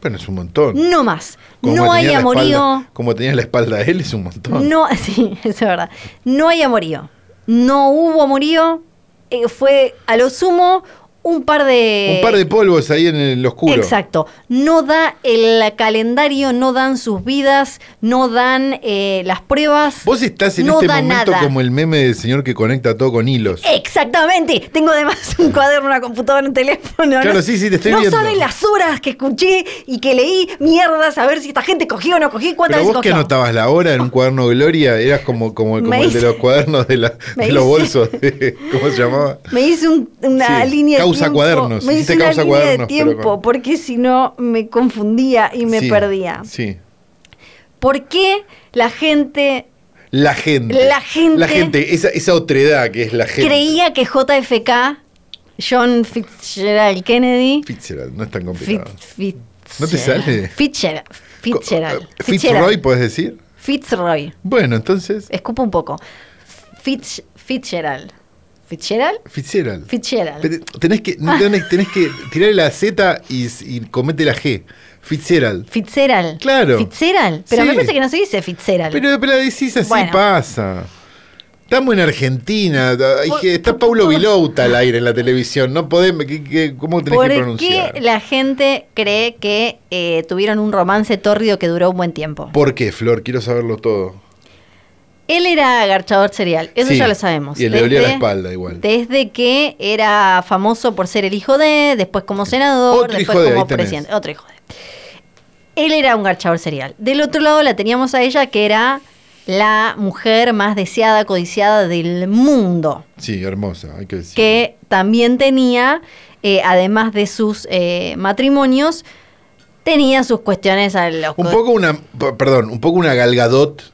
S3: Bueno, es un montón.
S2: No más.
S3: Como
S2: no hay
S3: tenía la
S2: amorío.
S3: espalda- Como tenía la espalda él, es un montón.
S2: No, [laughs] sí, es verdad. No hay amorío. No hubo amorío. Eh, fue a lo sumo un par de.
S3: un par de polvos ahí en el oscuro.
S2: eh, Exacto. No da el calendario, no dan sus vidas, no dan eh, las pruebas.
S3: Vos estás en
S2: no
S3: este
S2: da
S3: momento
S2: nada. Eh,
S3: como el meme del señor que conecta todo con hilos.
S2: Exactamente. Tengo además un cuaderno, una computadora, un teléfono.
S3: Claro,
S2: no,
S3: sí, sí, te estoy
S2: no
S3: viendo.
S2: saben las horas que escuché y que leí mierdas a ver si esta gente cogió o no cogió y cuántas
S3: Pero
S2: veces
S3: vos que
S2: cogió.
S3: anotabas la hora en un cuaderno Gloria, eras como, como,
S2: [laughs]
S3: como
S2: Me
S3: el de
S2: hice-
S3: los cuadernos de, la-
S2: me
S3: de los
S2: hice-
S3: bolsos. de- ¿Cómo se llamaba?
S2: Me hice un- una
S3: Sí,
S2: línea de
S3: causa
S2: tiempo.
S3: cuadernos,
S2: Me
S3: hiciste
S2: hice una
S3: causa
S2: línea de
S3: cuadernos, pero
S2: tiempo
S3: con-
S2: porque si no me confundía y me
S3: Sí,
S2: perdía.
S3: Sí.
S2: ¿Por qué la gente
S3: La gente.
S2: La gente-
S3: La gente, esa, esa otredad que es la gente.
S2: creía que JFK, John Fitzgerald Kennedy,
S3: Fitzgerald, no es tan
S2: Fit-
S3: complicado.
S2: Fit-
S3: ¿No te sale?
S2: Fitzgerald, Fitzgerald,
S3: Co- eh, Fitzroy,
S2: Fitzgerald,
S3: ¿puedes decir?
S2: Fitzroy.
S3: Bueno, entonces,
S2: Escupo un poco. Fitz, Fitzgerald. ¿Fitzgerald?
S3: Fitzgerald.
S2: Fitzgerald.
S3: Pero tenés que, no tenés, tenés que tirarle la Z y, y comete la G. Fitzgerald.
S2: Fitzgerald.
S3: Claro.
S2: Fitzgerald. Pero
S3: Sí.
S2: me parece que no se dice Fitzgerald.
S3: Pero, pero la decís así
S2: Bueno.
S3: pasa. Estamos en Argentina, da- hay
S2: Por-
S3: que- está Paulo
S2: por- [laughs]
S3: Vilouta al aire en la televisión, no podemos, ¿qué- qué- ¿cómo tenés
S2: ¿Por
S3: que
S2: qué
S3: pronunciar?
S2: la gente cree que eh, tuvieron un romance tórrido que duró un buen tiempo?
S3: ¿Por qué, Flor? Quiero saberlo todo.
S2: Él era agarchador serial, eso
S3: Sí,
S2: ya lo sabemos.
S3: y le dolía la espalda igual.
S2: Desde que era famoso por ser el hijo de, después como senador,
S3: Otro
S2: después
S3: hijo de,
S2: como
S3: ahí tenés.
S2: presidente. Otro hijo de. Él era un garchador serial. Del otro lado la teníamos a ella, que era la mujer más deseada, codiciada del mundo
S3: Sí, hermosa, hay que decir.
S2: que también tenía, eh, además de sus eh, matrimonios, tenía sus cuestiones a los
S3: Un
S2: co-
S3: poco una, p- perdón, un poco una galgadot.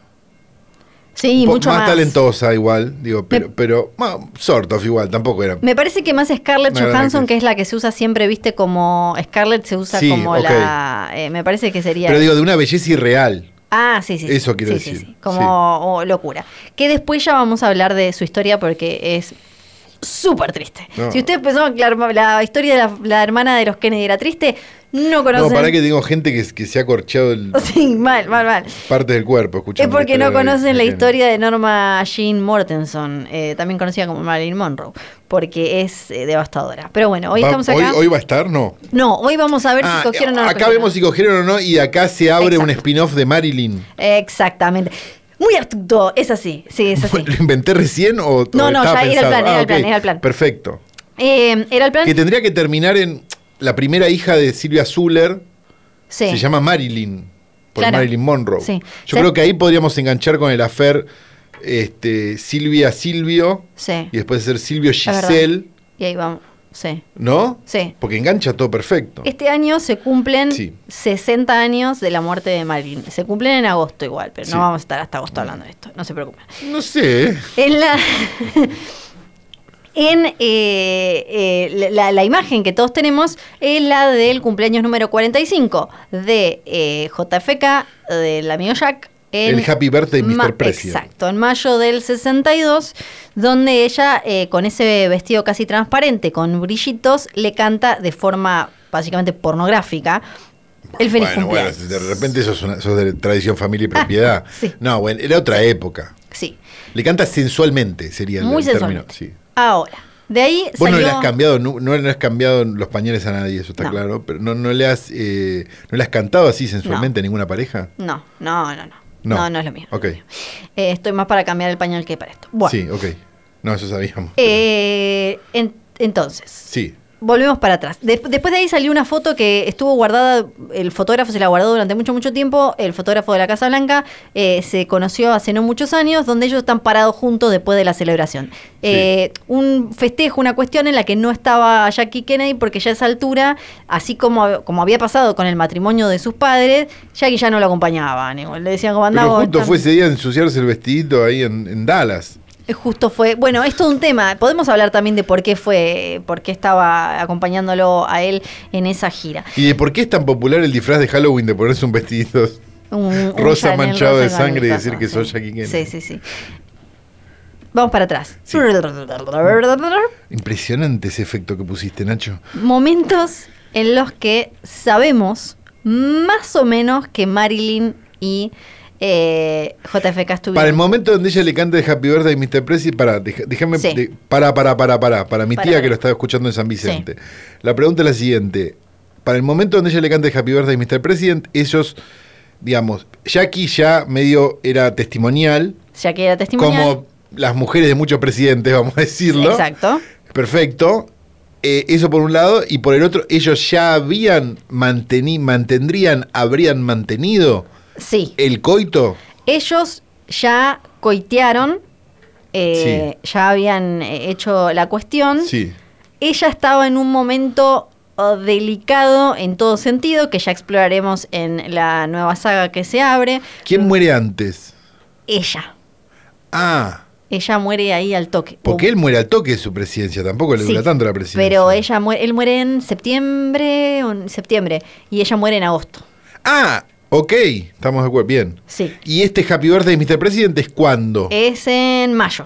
S2: sí,
S3: un po-
S2: mucho
S3: más,
S2: más.
S3: talentosa igual, digo, pero, pero bueno, sort of igual, tampoco era.
S2: Me parece que más Scarlett
S3: Una gran
S2: Johansson,
S3: actriz.
S2: que es la que se usa siempre, viste, como Scarlett se usa
S3: Sí,
S2: como
S3: ok.
S2: la... eh, me parece que sería...
S3: Pero digo, de una belleza irreal.
S2: ah, sí, sí. sí.
S3: eso quiero
S2: Sí, sí,
S3: decir.
S2: sí. Como
S3: Sí.
S2: oh, locura. Que después ya vamos a hablar de su historia porque es súper triste.
S3: No.
S2: Si ustedes pensaban que la, herma- la historia de la, la hermana de los Kennedy era triste, no
S3: No,
S2: conocen...
S3: para que tengo gente que, que se ha corcheado el-
S2: [laughs] Sí, mal, mal, mal.
S3: parte del cuerpo,
S2: Es
S3: escuchando la
S2: porque
S3: historia
S2: no
S3: de
S2: conocen la
S3: Kennedy.
S2: historia de Norma Jean Mortenson, eh, también conocida como Marilyn Monroe, porque es eh, devastadora. Pero bueno, hoy
S3: Va-
S2: estamos acá.
S3: Hoy, hoy va a estar, no.
S2: No, hoy vamos a ver
S3: Ah,
S2: si cogieron o no.
S3: acá
S2: cogieron.
S3: vemos si cogieron o no y acá se abre
S2: Exacto.
S3: un spin-off de Marilyn.
S2: Exactamente. Muy astuto, es así, sí, es así.
S3: [laughs] ¿Lo inventé recién o
S2: No,
S3: o
S2: no,
S3: estaba
S2: ya era el
S3: pensado?
S2: plan, era
S3: Ah,
S2: el plan,
S3: ok.
S2: era el plan.
S3: Perfecto.
S2: Eh, ¿Era el plan?
S3: Que tendría que terminar en la primera hija de Silvia Zuller,
S2: Sí.
S3: se llama Marilyn, por
S2: Claro.
S3: Marilyn Monroe.
S2: Sí.
S3: Yo
S2: Se-
S3: creo que ahí podríamos enganchar con el afer este, Silvia Silvio
S2: Sí.
S3: y después ser Silvio
S2: es verdad.
S3: Giselle,
S2: Y ahí vamos, sí.
S3: ¿no?
S2: Sí.
S3: Porque engancha todo perfecto.
S2: Este año se cumplen
S3: Sí.
S2: 60 años de la muerte de Marilyn. Se cumplen en agosto igual, pero
S3: Sí.
S2: no vamos a estar hasta agosto hablando de esto, no se preocupen.
S3: No sé. ¿eh?
S2: En la. [laughs] En eh, eh, la, la imagen que todos tenemos es la del cumpleaños número 45 de eh, JFK, del amigo Jack. en
S3: El Happy Birthday, Mr.
S2: ma-
S3: President.
S2: Exacto, en mayo del 62, donde ella, eh, con ese vestido casi transparente, con brillitos, le canta de forma básicamente pornográfica el feliz
S3: bueno,
S2: cumpleaños. Ah,
S3: bueno, de repente eso es, una, eso es de tradición, familia y propiedad.
S2: Sí.
S3: No, bueno, era otra época.
S2: Sí,
S3: Le canta sensualmente, sería el,
S2: muy
S3: el término,
S2: sensual.
S3: sí.
S2: Ahora, de ahí
S3: Vos no le
S2: salió-
S3: has cambiado, no, no le has cambiado los pañales a nadie, eso está
S2: No.
S3: claro, pero no, no le has eh, no le has cantado así sensualmente a ninguna pareja.
S2: No, no, no, no. No,
S3: No.
S2: no, es lo mío.
S3: Ok.
S2: Eh, estoy más para cambiar el pañal que para esto. Bueno.
S3: Sí, ok. No, eso sabíamos.
S2: eh, en- entonces,
S3: sí.
S2: volvemos para atrás. De- después de ahí salió una foto que estuvo guardada, el fotógrafo se la guardó durante mucho, mucho tiempo, el fotógrafo de la Casa Blanca eh, se conoció hace no muchos años, donde ellos están parados juntos después de la celebración. Eh, un festejo, una cuestión en la que no estaba Jackie Kennedy, porque ya a esa altura, así como, como había pasado con el matrimonio de sus padres, Jackie ya no lo acompañaban. igual Le decían como andaba.
S3: Pero justo fue ese día de ensuciarse el vestidito ahí en, en Dallas.
S2: Eh, Justo fue, bueno, es todo un tema. Podemos hablar también de por qué fue, por qué estaba acompañándolo a él en esa gira.
S3: ¿Y de por qué es tan popular el disfraz de Halloween de ponerse un vestidito
S2: un- un
S3: [laughs] Rosa
S2: Chanel
S3: manchado de
S2: con
S3: sangre y
S2: el
S3: decir
S2: coso,
S3: que
S2: sí.
S3: soy Jackie Kennedy.
S2: Sí, sí, sí. Vamos para atrás.
S3: Sí. Impresionante ese efecto que pusiste, Nacho.
S2: Momentos en los que sabemos más o menos que Marilyn y eh, JFK estuvieron.
S3: Para el momento donde ella le canta el Happy Birthday Mr. Prezi, para, déjame,
S2: Sí.
S3: de- para, para, para, para, para mi
S2: Para,
S3: tía
S2: para.
S3: que lo estaba escuchando en San Vicente. La pregunta es la siguiente. Para el momento donde ella le canta el Happy Birthday Mr. President, ellos, digamos, Jackie ya medio era testimonial,
S2: ya que era testimonial.
S3: como las mujeres de muchos presidentes, [laughs] vamos a decirlo.
S2: Exacto.
S3: Perfecto. Eh, eso por un lado, y por el otro, ellos ya habían manteni- mantendrían, habrían mantenido
S2: Sí.
S3: el coito.
S2: Ellos ya coitearon, eh, ya habían eh, hecho la cuestión. Ella estaba en un momento oh, delicado en todo sentido, que ya exploraremos en la nueva saga que se abre.
S3: ¿Quién muere antes?
S2: Ella.
S3: Ah,
S2: Ella muere ahí al toque.
S3: porque
S2: O-
S3: él muere al toque de su presidencia, tampoco le
S2: Uh. Sí,
S3: dura tanto la presidencia.
S2: Pero ella muere, él muere en septiembre, o en septiembre, y ella muere en agosto.
S3: Ah, ok, estamos de acuerdo, bien.
S2: Sí.
S3: ¿Y este Happy Birthday, Mr. President, es cuándo?
S2: Es en mayo.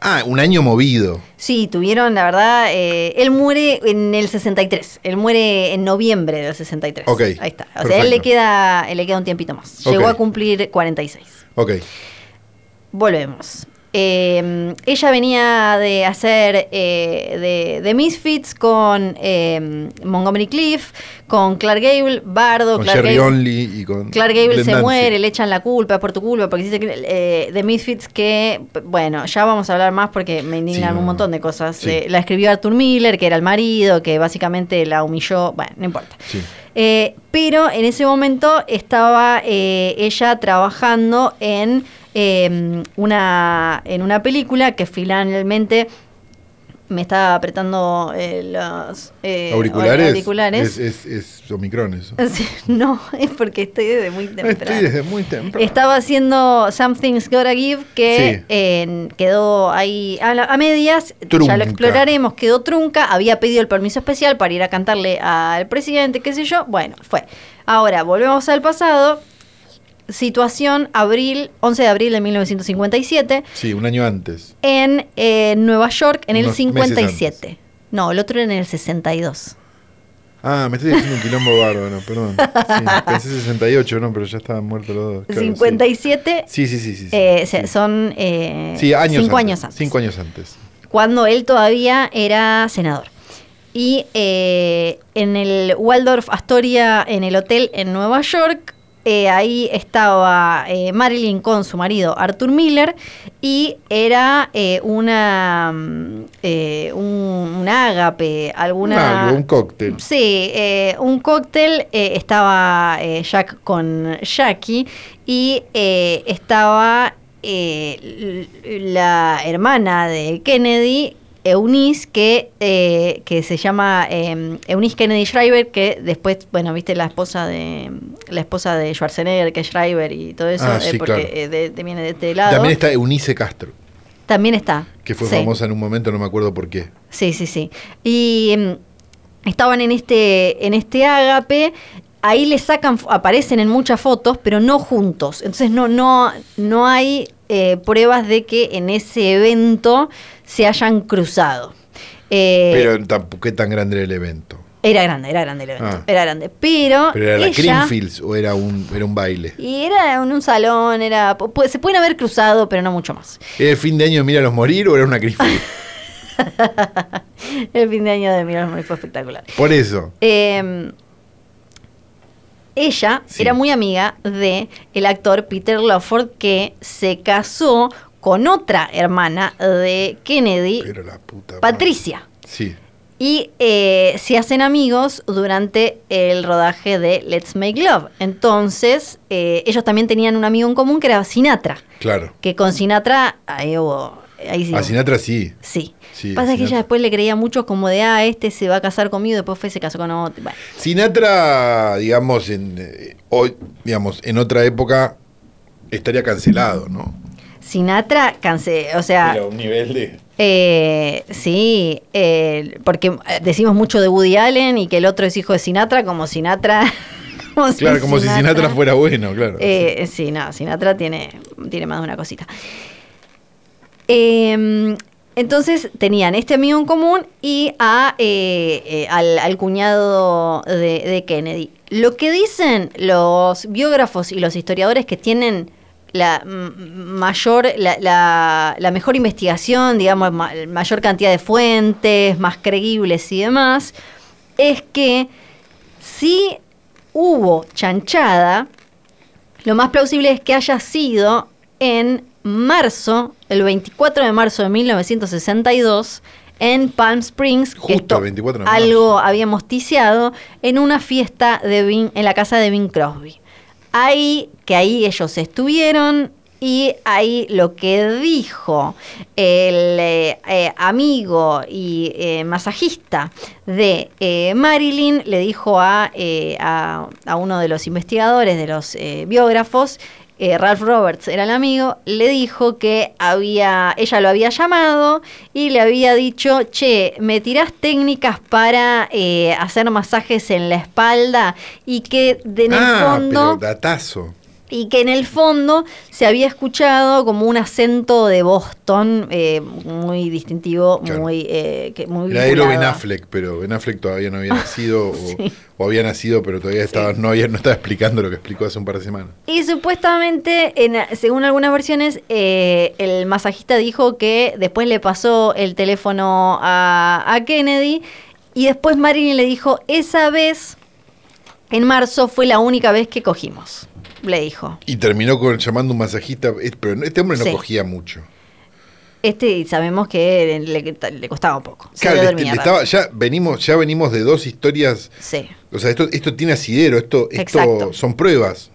S3: Ah, un año movido.
S2: Sí, tuvieron, la verdad, eh, él muere en el 63, él muere en noviembre del 63.
S3: Ok,
S2: Ahí está. O sea, él le
S3: perfecto.
S2: queda, él le queda un tiempito más.
S3: Ok.
S2: Llegó a cumplir 46.
S3: Ok,
S2: Volvemos. Eh, ella venía de hacer eh, de, de Misfits con eh, Montgomery Cliff, con Clark Gable, Bardo,
S3: con
S2: Oh, Clark
S3: Jerry
S2: Gable.
S3: Only y con.
S2: Clark Gable
S3: Glenn
S2: se
S3: Danzig.
S2: muere, le echan la culpa es por tu culpa, porque hiciste que- eh, de Misfits que, p- bueno, ya vamos a hablar más porque me indignan
S3: Sí, no,
S2: un montón de
S3: no.
S2: cosas.
S3: Sí.
S2: Eh, la escribió Arthur Miller, que era el marido, que básicamente la humilló, bueno, no importa.
S3: Sí.
S2: Eh, pero en ese momento estaba eh, ella trabajando en, eh, una, en una película que finalmente me está apretando eh, los eh,
S3: Auriculares.
S2: auriculares.
S3: Es, es, es Omicron eso.
S2: [laughs] Sí, No, es porque estoy desde muy temprano.
S3: [laughs] Estoy desde muy temprano.
S2: Estaba haciendo Something's Gotta Give que
S3: Sí.
S2: eh, quedó ahí a, la- a medias, ya lo
S3: Trunca.
S2: exploraremos, quedó trunca, había pedido el permiso especial para ir a cantarle al presidente, qué sé yo, bueno, fue. Ahora, volvemos al pasado, situación abril, 11 de abril de 1957,
S3: Sí, un año antes.
S2: en eh, Nueva York, en el
S3: Unos meses antes.
S2: 57. No, el otro era en el 62.
S3: Ah, me estoy haciendo un quilombo bárbaro, perdón.
S2: [laughs]
S3: Sí, pensé 68, no, pero ya estaban muertos los dos. claro, sí.
S2: 57
S3: Sí, sí, sí, sí. sí,
S2: Eh,
S3: sí.
S2: se- son eh,
S3: Sí, años
S2: cinco
S3: antes,
S2: años antes.
S3: Cinco años antes.
S2: Cuando él todavía era senador. Y eh, en el Waldorf Astoria, en el hotel en Nueva York, eh, ahí estaba eh, Marilyn con su marido Arthur Miller y era eh, una mm, eh, un, un ágape, alguna
S3: Algo, Ah, un cóctel.
S2: Sí, eh, un cóctel eh, estaba eh, Jack con Jackie y eh, estaba eh, l- la hermana de Kennedy, Eunice, que, eh, que se llama eh, Eunice Kennedy Shriver, que después, bueno, viste la esposa de la esposa de Schwarzenegger, que es Shriver y todo eso,
S3: Ah,
S2: eh,
S3: sí,
S2: porque
S3: claro.
S2: eh, de- de- viene de este lado.
S3: También está Eunice Castro,
S2: También está,
S3: que fue
S2: sí.
S3: famosa en un momento, no me acuerdo por qué.
S2: Sí, sí, sí. Y mm, estaban en este, en este ágape. Ahí le sacan, fo- aparecen en muchas fotos, pero no juntos. Entonces no, no, no hay eh, pruebas de que en ese evento se hayan cruzado. Eh,
S3: pero tampoco qué tan grande era el evento.
S2: era grande, era grande el evento.
S3: Ah.
S2: Era grande. Pero,
S3: ¿Pero era la
S2: ella,
S3: Greenfields o era un, era un baile?
S2: y era en un salón, era. pu- pu- Se pueden haber cruzado, pero no mucho más.
S3: ¿Era el fin de año de Míralos Morir o era una
S2: [laughs]
S3: Greenfield?
S2: El fin de año de Mirar fue espectacular.
S3: por eso.
S2: Eh, ella
S3: Sí.
S2: era muy amiga de el actor Peter Lawford que se casó con otra hermana de Kennedy,
S3: Pero la puta. madre.
S2: Patricia.
S3: Sí.
S2: Y eh, se hacen amigos durante el rodaje de Let's Make Love. Entonces, eh, ellos también tenían un amigo en común que era Sinatra.
S3: Claro.
S2: Que con Sinatra, ahí hubo. Ahí sí
S3: A
S2: hubo.
S3: Sinatra sí.
S2: Sí.
S3: Sí,
S2: Pasa que
S3: Sinatra.
S2: ella después le creía mucho como de, ah, este se va a casar conmigo, después fue y se casó con otro. Bueno.
S3: Sinatra, digamos, en eh, hoy, digamos, en otra época estaría cancelado, ¿no?
S2: Sinatra, cansé, o sea,
S3: un nivel de.
S2: eh, sí, eh, porque eh, decimos mucho de Woody Allen y que el otro es hijo de Sinatra, [laughs] como Sinatra, como como
S3: Claro, como si Sinatra fuera bueno, claro.
S2: Eh, sí, no, Sinatra tiene, tiene más de una cosita. Eh, entonces tenían este amigo en común y a, eh, eh, al, al cuñado de, de Kennedy. Lo que dicen los biógrafos y los historiadores que tienen la mm, mayor, la, la- la mejor investigación, digamos, ma- mayor cantidad de fuentes, más creíbles y demás, es que si hubo chanchada, lo más plausible es que haya sido en marzo, el 24 de marzo de 1962, en Palm Springs, que
S3: Justo 24 de marzo.
S2: algo habíamos ticiado, en una fiesta de Bing, en la casa de Bing Crosby. Ahí, que ahí ellos estuvieron y ahí lo que dijo el eh, eh, amigo y eh, masajista de eh, Marilyn, le dijo a, eh, a- a uno de los investigadores, de los eh, biógrafos, eh, Ralph Roberts era el amigo, le dijo que había, ella lo había llamado y le había dicho, che, me tirás técnicas para eh, hacer masajes en la espalda y que de en el
S3: ah,
S2: fondo
S3: pero datazo.
S2: y que en el fondo se había escuchado como un acento de Boston eh, muy distintivo,
S3: Claro.
S2: muy, eh, que muy
S3: Era Aero Ben
S2: vinculado a-
S3: Affleck, pero Ben Affleck todavía
S2: [laughs]
S3: no había nacido, o,
S2: Sí.
S3: o había nacido, pero todavía estaba, no, había, no estaba explicando lo que explicó hace un par de semanas.
S2: Y supuestamente, en- según algunas versiones, eh, el masajista dijo que después le pasó el teléfono a, a Kennedy y después Marilyn le dijo, esa vez, en marzo, fue la única vez que cogimos, le dijo.
S3: Y terminó con, llamando un masajista, es- pero no- este hombre no
S2: Sí.
S3: cogía mucho.
S2: Este y sabemos que le, le costaba un poco. se
S3: Claro,
S2: le
S3: le-
S2: dormía
S3: le
S2: raro.
S3: estaba- ya, venimos, ya venimos de dos historias,
S2: Sí.
S3: o sea, esto, esto tiene asidero, esto, esto
S2: Exacto.
S3: son pruebas.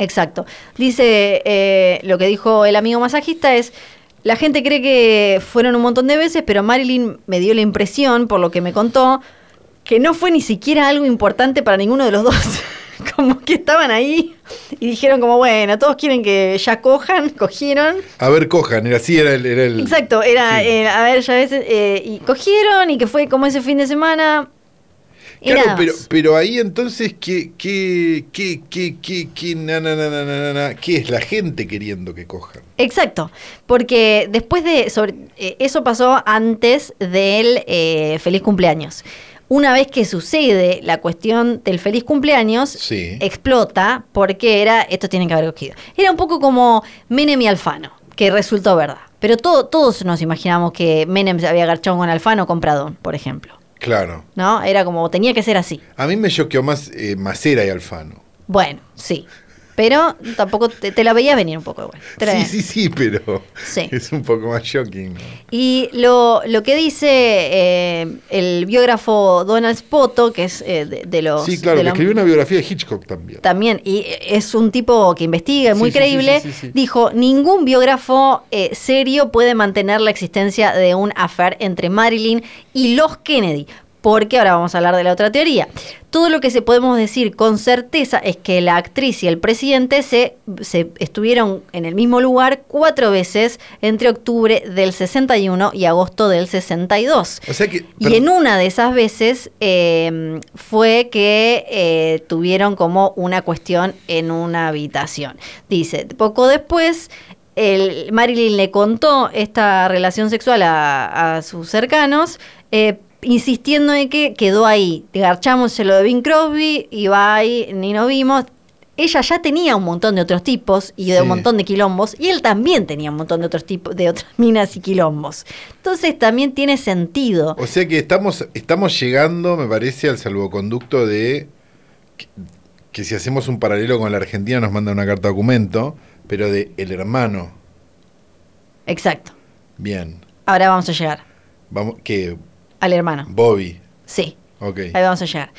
S2: Exacto. Dice, eh, lo que dijo el amigo masajista es, la gente cree que fueron un montón de veces, pero Marilyn me dio la impresión, por lo que me contó, que no fue ni siquiera algo importante para ninguno de los dos. [laughs] como que estaban ahí y dijeron como, bueno, todos quieren que ya cojan, [laughs] cogieron.
S3: A ver, cojan, era así, era el... Era el-
S2: Exacto, era,
S3: Sí.
S2: eh, a ver, ya ves, eh, y cogieron y que fue como ese fin de semana. Y
S3: Claro,
S2: nada
S3: pero,
S2: más.
S3: pero ahí entonces, ¿qué, qué, qué, qué, qué, qué, na, na, na, na, na, na, qué es la gente queriendo que cojan?
S2: Exacto, porque después de sobre, eh, eso pasó antes del eh, feliz cumpleaños. Una vez que sucede la cuestión del feliz cumpleaños,
S3: Sí.
S2: explota porque era, esto tienen que haber cogido. Era un poco como Menem y Alfano, que resultó verdad. Pero todo- todos nos imaginamos que Menem se había agarchado con Alfano o con Pradón, por ejemplo.
S3: Claro.
S2: ¿No? Era como, tenía que ser así.
S3: A mí me choqueó más eh, Macera y Alfano.
S2: Bueno, sí. Pero tampoco te, te la veías venir un poco igual. Te la
S3: Sí,
S2: veías.
S3: sí, sí, pero
S2: Sí.
S3: [laughs] es un poco más shocking. ¿no?
S2: Y lo, lo que dice eh, el biógrafo Donald Spoto, que es eh, de, de los...
S3: Sí, claro,
S2: de
S3: que
S2: los-
S3: escribió una biografía de Hitchcock también.
S2: También, y eh, es un tipo que investiga, es muy
S3: Sí, sí,
S2: creíble,
S3: sí, sí, sí, sí.
S2: dijo, ningún biógrafo eh, serio puede mantener la existencia de un affair entre Marilyn y los Kennedy. Porque ahora vamos a hablar de la otra teoría. Todo lo que se podemos decir con certeza es que la actriz y el presidente se, se estuvieron en el mismo lugar cuatro veces entre octubre del 61 y agosto del 62.
S3: O sea que.
S2: Y en una de esas veces eh, fue que eh, tuvieron como una cuestión en una habitación. Dice, poco después, el, Marilyn le contó esta relación sexual a, a sus cercanos, eh, insistiendo en que quedó ahí. Garchamos lo de Bing Crosby, y va ahí, ni nos vimos. Ella ya tenía un montón de otros tipos y de
S3: Sí.
S2: un montón de quilombos, y él también tenía un montón de otros tipos, de otras [laughs] minas y quilombos. Entonces también tiene sentido.
S3: O sea que estamos, estamos llegando, me parece, al salvoconducto de. Que, que si hacemos un paralelo con la Argentina nos manda una carta documento, pero de el hermano.
S2: Exacto.
S3: Bien.
S2: Ahora vamos a llegar
S3: Vamos, que
S2: al hermano.
S3: Bobby.
S2: Sí,
S3: Ok.
S2: ahí vamos a llegar.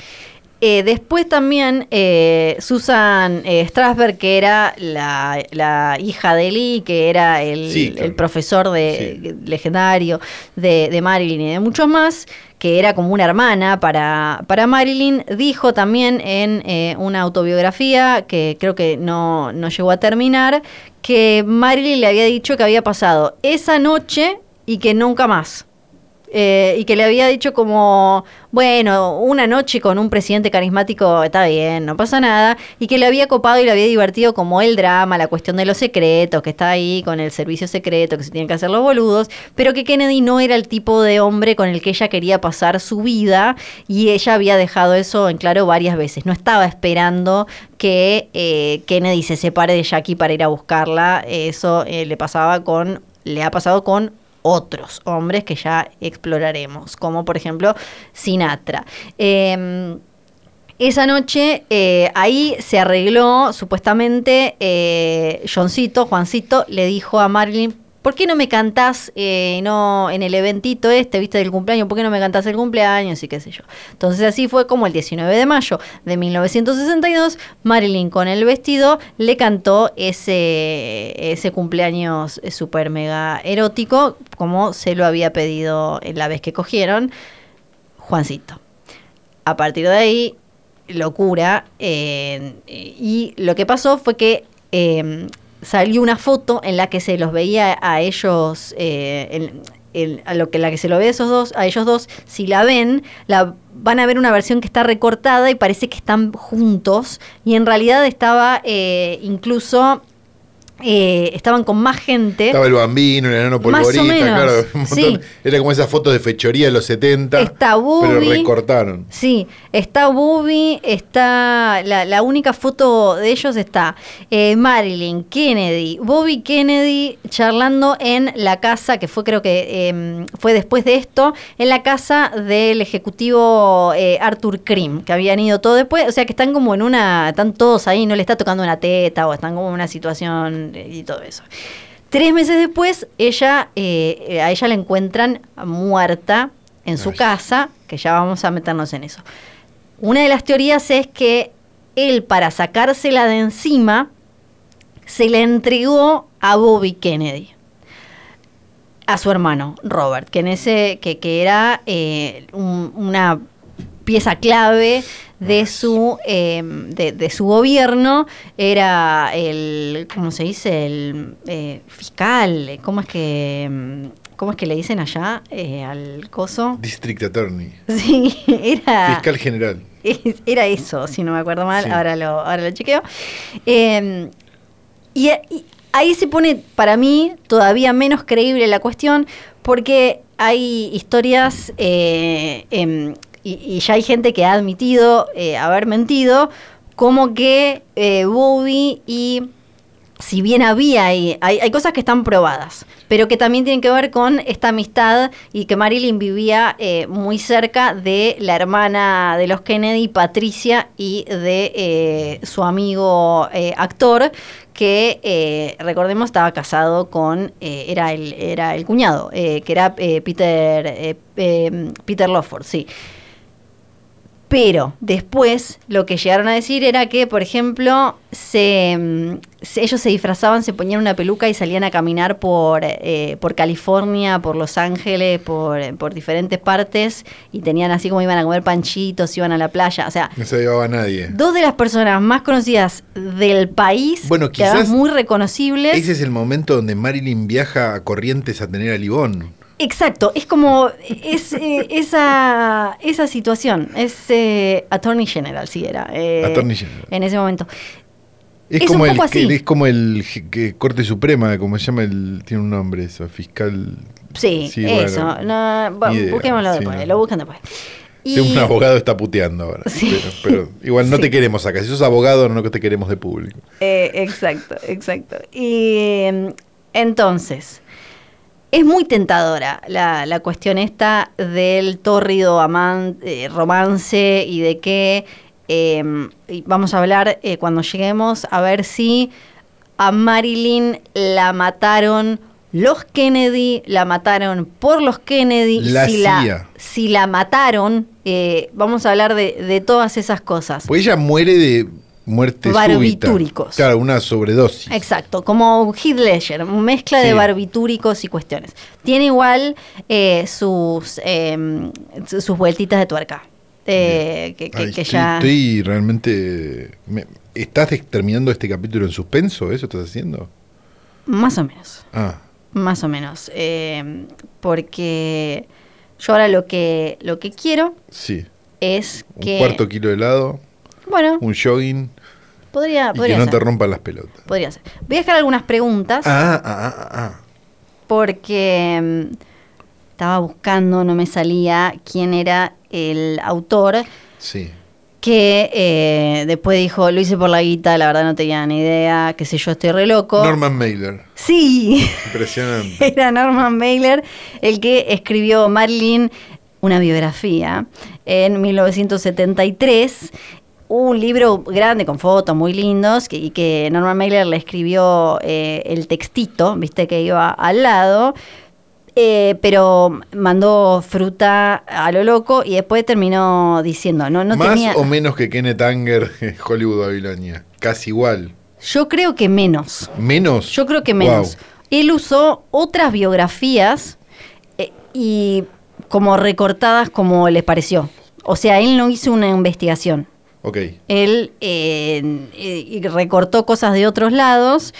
S2: Eh, después también eh, Susan eh, Strasberg, que era la, la hija de Lee, que era el,
S3: Sí, claro.
S2: el profesor de,
S3: Sí.
S2: legendario de, de Marilyn y de muchos más, que era como una hermana para, para Marilyn, dijo también en eh, una autobiografía que creo que no, no llegó a terminar, que Marilyn le había dicho que había pasado esa noche y que nunca más. Eh, y que le había dicho como, bueno, una noche con un presidente carismático está bien, no pasa nada, y que le había copado y le había divertido como el drama, la cuestión de los secretos, que está ahí con el servicio secreto, que se tienen que hacer los boludos, pero que Kennedy no era el tipo de hombre con el que ella quería pasar su vida y ella había dejado eso en claro varias veces, no estaba esperando que eh, Kennedy se separe de Jackie para ir a buscarla, eso eh, le pasaba con, le ha pasado con otros hombres que ya exploraremos, como por ejemplo Sinatra. Eh, esa noche eh, ahí se arregló, supuestamente, eh, Johncito, Juancito, le dijo a Marilyn, ¿por qué no me cantás eh, no, en el eventito este, viste, del cumpleaños? ¿Por qué no me cantás el cumpleaños? Y qué sé yo. Entonces así fue como el 19 de mayo de 1962, Marilyn con el vestido le cantó ese, ese cumpleaños eh, super mega erótico, como se lo había pedido en la vez que cogieron Juancito. A partir de ahí, locura. eh, y lo que pasó fue que... eh, salió una foto en la que se los veía a ellos, eh, en- en- a lo que la que se lo ve a esos dos, a ellos dos, si la ven, la van a ver una versión que está recortada y parece que están juntos y en realidad estaba eh, incluso eh, estaban con más gente.
S3: Estaba el bambino, el enano
S2: Más o
S3: polvorita,
S2: menos,
S3: claro. [laughs] un montón.
S2: sí.
S3: Era como esas fotos de fechoría de los 70.
S2: Está
S3: Pero
S2: Bubi.
S3: recortaron.
S2: Sí, está Bobby, está la, la única foto de ellos está eh, Marilyn Kennedy, Bobby Kennedy charlando en la casa que fue creo que eh, fue después de esto en la casa del ejecutivo eh, Arthur Krim que habían ido todo después, o sea que están como en una están todos ahí, no le está tocando una teta o están como en una situación eh, y todo eso. Tres meses después, ella, eh, eh, a ella la encuentran muerta en su
S3: Ay.
S2: casa, que ya vamos a meternos en eso. Una de las teorías es que él, para sacársela de encima, se la entregó a Bobby Kennedy, a su hermano Robert, que en ese, que, que era eh, un- una pieza clave de su eh, de, de su gobierno era el cómo se dice el eh, fiscal cómo es que mm, cómo es que le dicen allá eh, al coso
S3: District Attorney.
S2: [laughs] sí era
S3: Fiscal general.
S2: es- [laughs] Era eso, si no me acuerdo mal,
S3: Sí.
S2: ahora, lo, ahora lo chequeo. Eh, y, a- y ahí se pone para mí todavía menos creíble la cuestión porque hay historias eh, em, y, y ya hay gente que ha admitido eh, haber mentido, como que eh, Bobby y si bien había ahí, hay, hay cosas que están probadas, pero que también tienen que ver con esta amistad y que Marilyn vivía eh, muy cerca de la hermana de los Kennedy, Patricia, y de eh, su amigo eh, actor, que eh, recordemos estaba casado con, eh, era, el, era el cuñado, eh, que era eh, Peter, eh, eh, Peter Lawford, sí. Pero después lo que llegaron a decir era que, por ejemplo, se, mm, se- ellos se disfrazaban, se ponían una peluca y salían a caminar por, eh, por California, por Los Ángeles, por, por diferentes partes y tenían así como iban a comer panchitos, iban a la playa. O sea,
S3: No se llevaba a nadie.
S2: dos de las personas más conocidas del país,
S3: Bueno,
S2: que además
S3: quizás
S2: muy reconocibles.
S3: Ese es el momento donde Marilyn viaja a Corrientes a tener a Libón.
S2: Exacto, es como es, eh, esa, esa situación. Es eh, Attorney General, sí era. eh,
S3: Attorney General.
S2: En ese momento.
S3: Es,
S2: Es
S3: como
S2: un
S3: el,
S2: poco así.
S3: que- es como el je- que Corte Suprema, como se llama, el, tiene un nombre eso, fiscal.
S2: Sí,
S3: bueno,
S2: eso. no, bu-
S3: ni idea,
S2: busquémoslo
S3: sí,
S2: después,
S3: no.
S2: lo buscan después. Y-
S3: Sí, un abogado está puteando ahora.
S2: [laughs] Sí.
S3: Pero, pero igual no
S2: Sí.
S3: te queremos acá. Si sos abogado, no te queremos de público.
S2: Eh, exacto, exacto. Y mm, entonces, es muy tentadora la, la cuestión esta del tórrido aman- eh, romance y de que eh, y vamos a hablar eh, cuando lleguemos a ver si a Marilyn la mataron los Kennedy, la mataron por los Kennedy,
S3: La
S2: si,
S3: CIA.
S2: la, si la mataron, eh, vamos a hablar de, de todas esas cosas.
S3: Pues ella muere de muerte súbita.
S2: Barbitúricos.
S3: Claro, una sobredosis.
S2: Exacto, como Heath Ledger, mezcla de
S3: Sí.
S2: barbitúricos y cuestiones. Tiene igual eh, sus, em, su- sus vueltitas de tuerca. eh, que, que-
S3: Ay,
S2: que
S3: estoy,
S2: ya.
S3: estoy realmente. me- ¿Estás terminando este capítulo en suspenso? ¿Eso estás haciendo?
S2: Más o menos.
S3: Ah,
S2: Más o menos. eh, porque Yo ahora lo que, lo que quiero
S3: Sí.
S2: es
S3: Un
S2: que.
S3: cuarto kilo de helado,
S2: bueno,
S3: un jogging
S2: podría,
S3: y que
S2: podría
S3: no
S2: ser.
S3: te rompan las pelotas.
S2: podría ser. Voy a dejar algunas preguntas
S3: Ah, ah, ah, ah.
S2: porque mm, estaba buscando, no me salía quién era el autor
S3: Sí.
S2: que eh, después dijo, lo hice por la guita, la verdad no tenía ni idea, qué sé yo, estoy re loco.
S3: Norman Mailer.
S2: Sí, [laughs]
S3: Impresionante.
S2: era Norman Mailer el que escribió Marilyn una biografía en 1973. Un libro grande con fotos muy lindos que- y que Norman Mailer le escribió eh, el textito, viste que iba al lado, eh, pero mandó fruta a lo loco y después terminó diciendo, [laughs] no, no
S3: Más
S2: tenía...
S3: o menos que Kenneth Anger en Hollywood Babilonia. Casi igual.
S2: Yo creo que menos.
S3: ¿Menos?
S2: Yo creo que menos.
S3: Guau.
S2: Él usó otras biografías eh, y como recortadas como les pareció. O sea, él no hizo una investigación.
S3: Ok.
S2: Él eh, eh, recortó cosas de otros lados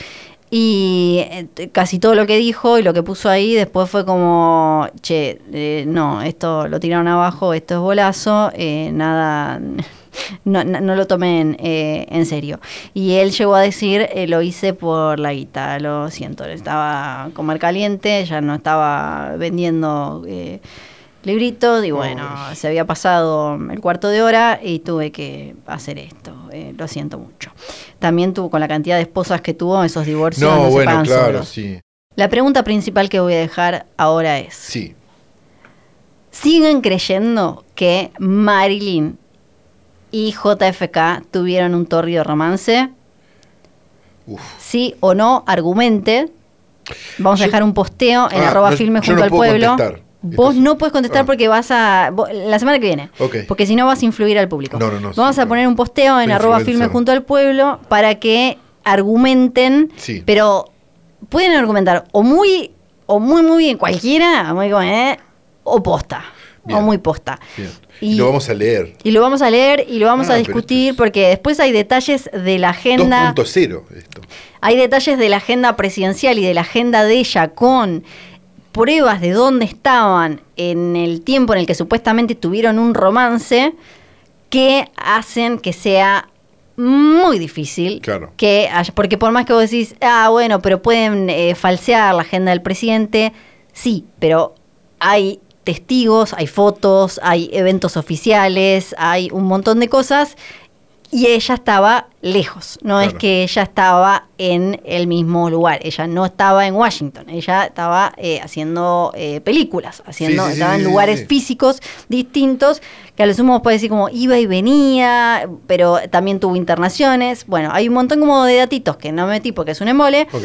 S2: y eh, t- casi todo lo que dijo y lo que puso ahí después fue como, che, eh, no, esto lo tiraron abajo, esto es bolazo, eh, nada, [laughs] no, no- no lo tomen eh, en serio. Y él llegó a decir, eh, lo hice por la guita, lo siento, estaba con mar caliente, ya no estaba vendiendo... eh, libritos y bueno, se había pasado el cuarto de hora y tuve que hacer esto. eh, lo siento mucho. También tuvo con la cantidad de esposas que tuvo esos divorcios.
S3: No,
S2: No, se
S3: bueno,
S2: pagan
S3: claro,
S2: solos.
S3: sí.
S2: La pregunta principal que voy a dejar ahora es,
S3: Sí.
S2: ¿siguen creyendo que Marilyn y JFK tuvieron un torrido romance?
S3: Uf.
S2: Sí o no, argumente. Vamos a
S3: Yo-
S2: dejar un posteo en
S3: Ah,
S2: arroba
S3: no,
S2: filme
S3: yo
S2: junto
S3: no
S2: al
S3: puedo
S2: pueblo.
S3: contestar.
S2: Vos
S3: Estás-
S2: no puedes contestar
S3: Ah.
S2: porque vas a. vo- la semana que viene.
S3: Ok.
S2: Porque si no vas a influir al público.
S3: No, no, no,
S2: Vamos
S3: sí,
S2: a
S3: no.
S2: poner un posteo en
S3: Soy
S2: arroba
S3: influencer.
S2: filme junto al pueblo para que argumenten.
S3: Sí.
S2: Pero pueden argumentar o muy, o muy, muy bien cualquiera, muy como, eh, o posta.
S3: Bien.
S2: O muy posta.
S3: Bien.
S2: Y-
S3: Y lo vamos a leer.
S2: Y lo vamos a leer y lo vamos
S3: Ah,
S2: a
S3: pero
S2: discutir
S3: esto es-
S2: porque después hay detalles de la agenda.
S3: 2.0 esto.
S2: Hay detalles de la agenda presidencial y de la agenda de ella con pruebas de dónde estaban en el tiempo en el que supuestamente tuvieron un romance que hacen que sea muy difícil
S3: Claro.
S2: que haya- porque por más que vos decís, ah, bueno, pero pueden eh, falsear la agenda del presidente, sí, pero hay testigos, hay fotos, hay eventos oficiales, hay un montón de cosas y ella estaba lejos, no es
S3: Claro.
S2: que ella estaba en el mismo lugar, ella no estaba en Washington, ella estaba eh, haciendo eh, películas, haciendo,
S3: sí, sí,
S2: estaba en
S3: sí, sí,
S2: lugares
S3: sí.
S2: físicos distintos, que a lo sumo puede decir como iba y venía, pero también tuvo internaciones, bueno, hay un montón como de datitos que no metí porque es un embole,
S3: Ok.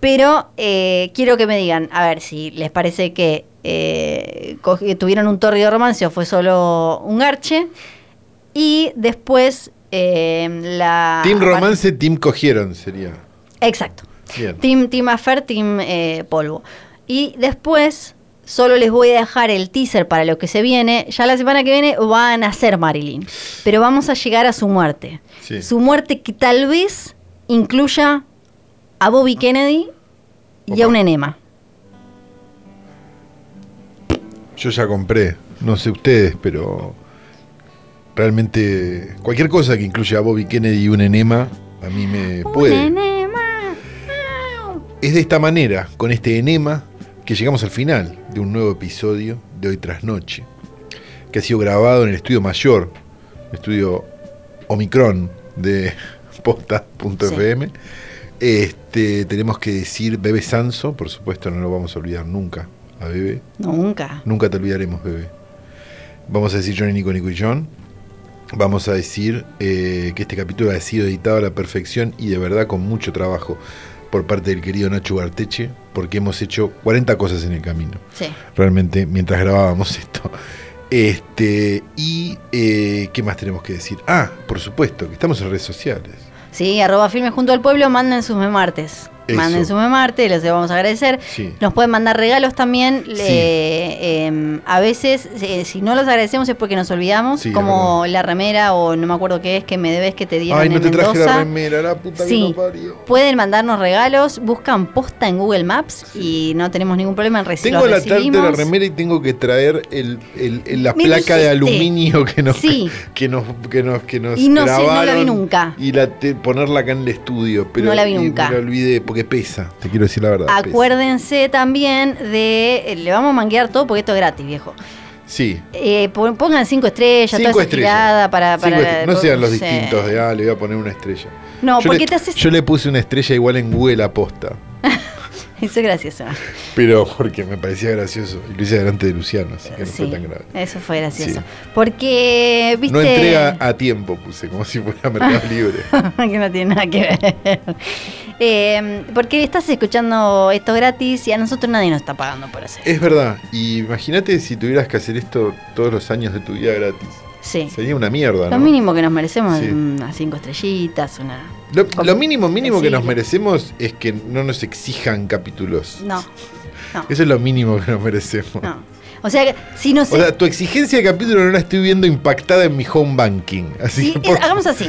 S2: pero eh, quiero que me digan, a ver si les parece que eh, co- que tuvieron un torrido romance o fue solo un garche. Y después eh, la.
S3: team romance, team cogieron sería.
S2: Exacto.
S3: Bien.
S2: Team, team Affair, Team eh, Polvo. Y después solo les voy a dejar el teaser para lo que se viene. Ya la semana que viene van a ser Marilyn. Pero vamos a llegar a su muerte.
S3: Sí.
S2: Su muerte que tal vez incluya a Bobby Kennedy y a
S3: Ah. Opa.
S2: un enema.
S3: Yo ya compré. No sé ustedes, pero realmente cualquier cosa que incluya a Bobby Kennedy y un enema, a mí me puede.
S2: Un enema. Au.
S3: Es de esta manera, con este enema, que llegamos al final de un nuevo episodio de Hoy Tras Noche, que ha sido grabado en el estudio mayor, el estudio Omicron de [laughs] posta.fm. Este, tenemos que decir Bebe Sanso, por supuesto no lo vamos a olvidar nunca a Bebe.
S2: Nunca.
S3: Nunca te olvidaremos, bebé. Vamos a decir Johnny Nico, Nico y John. Vamos a decir eh, que este capítulo ha sido editado a la perfección y de verdad con mucho trabajo por parte del querido Nacho Barteche, porque hemos hecho 40 cosas en el camino,
S2: Sí.
S3: realmente, mientras grabábamos [laughs] esto. Este, y eh, ¿qué más tenemos que decir? Ah, por supuesto, que estamos en redes sociales.
S2: Sí, arroba filme junto al pueblo, manden sus memartes.
S3: Eso.
S2: Manden su Marte, les vamos a agradecer.
S3: Sí.
S2: Nos pueden mandar regalos también.
S3: Sí.
S2: eh, em, a veces, eh, si no los agradecemos es porque nos olvidamos,
S3: Sí, es
S2: como la remera o no me acuerdo qué es que me debes que te dieron
S3: Ay, no
S2: en
S3: te traje
S2: Mendoza.
S3: la remera, la puta que
S2: Sí,
S3: lo parió.
S2: pueden mandarnos regalos, buscan posta en Google Maps y no tenemos ningún problema en recibir.
S3: Tengo la tarta de la remera y tengo que traer el, el- el- la
S2: Me
S3: placa de
S2: dijiste.
S3: aluminio que nos,
S2: Sí.
S3: [laughs] que nos, que nos, que nos
S2: Y no sé, no la vi
S3: grabaron
S2: nunca.
S3: Y la te- ponerla acá en el estudio. Pero
S2: No la vi
S3: y
S2: nunca.
S3: Me la olvidé porque pesa, te quiero decir la verdad. pesa.
S2: Acuérdense también de. Le vamos a manguear todo porque esto es gratis, viejo.
S3: Sí.
S2: Eh, pon- pongan cinco estrellas,
S3: Cinco
S2: toda esa
S3: estrellas.
S2: tirada para.
S3: Cinco
S2: para
S3: estrellas. No sean los
S2: sé.
S3: distintos de, ah, le voy a poner una estrella.
S2: No,
S3: yo
S2: porque
S3: le,
S2: te haces.
S3: Yo le puse una estrella igual en Google aposta.
S2: Eso [laughs] es gracioso.
S3: Pero porque me parecía gracioso. Y lo hice delante de Luciano, así [laughs] que no fue
S2: Sí,
S3: tan grave.
S2: Eso fue gracioso.
S3: Sí.
S2: Porque, viste.
S3: No entrega a tiempo, puse, como si fuera Mercado
S2: [laughs]
S3: Libre.
S2: que no tiene nada que ver. Eh, porque estás escuchando esto gratis y a nosotros nadie nos está pagando por hacer.
S3: Es verdad. Y imagínate si tuvieras que hacer esto todos los años de tu vida gratis.
S2: Sí.
S3: Sería una mierda,
S2: Lo
S3: ¿no?
S2: mínimo que nos merecemos
S3: Sí.
S2: es unas cinco estrellitas, una.
S3: Lo, lo mínimo, mínimo que nos
S2: Decirlo.
S3: merecemos es que no nos exijan capítulos.
S2: No. No.
S3: Eso es lo mínimo que nos merecemos.
S2: no. O sea, que si no
S3: O sea, tu exigencia de capítulo no la estoy viendo impactada en mi home banking. Así
S2: Sí,
S3: que
S2: es-
S3: por-
S2: hagamos así.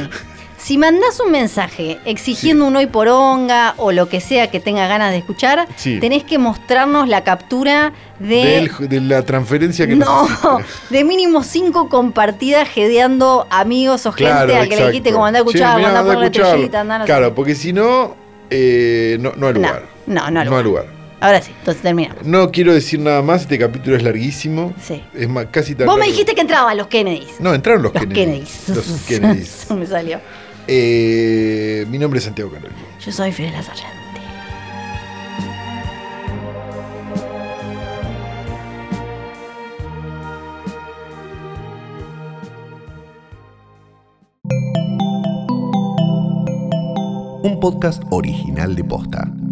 S2: Si mandás un mensaje exigiendo un hoy por onga o lo que sea que tenga ganas de escuchar,
S3: Sí.
S2: tenés que mostrarnos la captura de.
S3: del- de la transferencia que
S2: [laughs] no,
S3: nos hiciste.
S2: de mínimo cinco compartidas gedeando amigos o gente al que le dijiste como andá a
S3: Che,
S2: escuchar,
S3: mirá,
S2: andá a
S3: andá a
S2: ponerle
S3: escuchar.
S2: estrellita, andá no sé.
S3: Claro, porque si no, eh, no, no al
S2: No,
S3: lugar.
S2: no, no al
S3: No al
S2: lugar.
S3: lugar.
S2: Ahora sí, entonces terminamos.
S3: No quiero decir nada más, este capítulo es larguísimo.
S2: Sí.
S3: Es más, casi tan
S2: Vos me
S3: largo-
S2: dijiste que entraban los Kennedys.
S3: No, entraron los,
S2: los
S3: Kennedys.
S2: Kennedys. [laughs]
S3: Los Kennedys.
S2: Eso me salió.
S3: Eh, mi nombre es Santiago Carolina.
S2: Yo soy Fidel Sargenti.
S1: Un podcast original de Posta.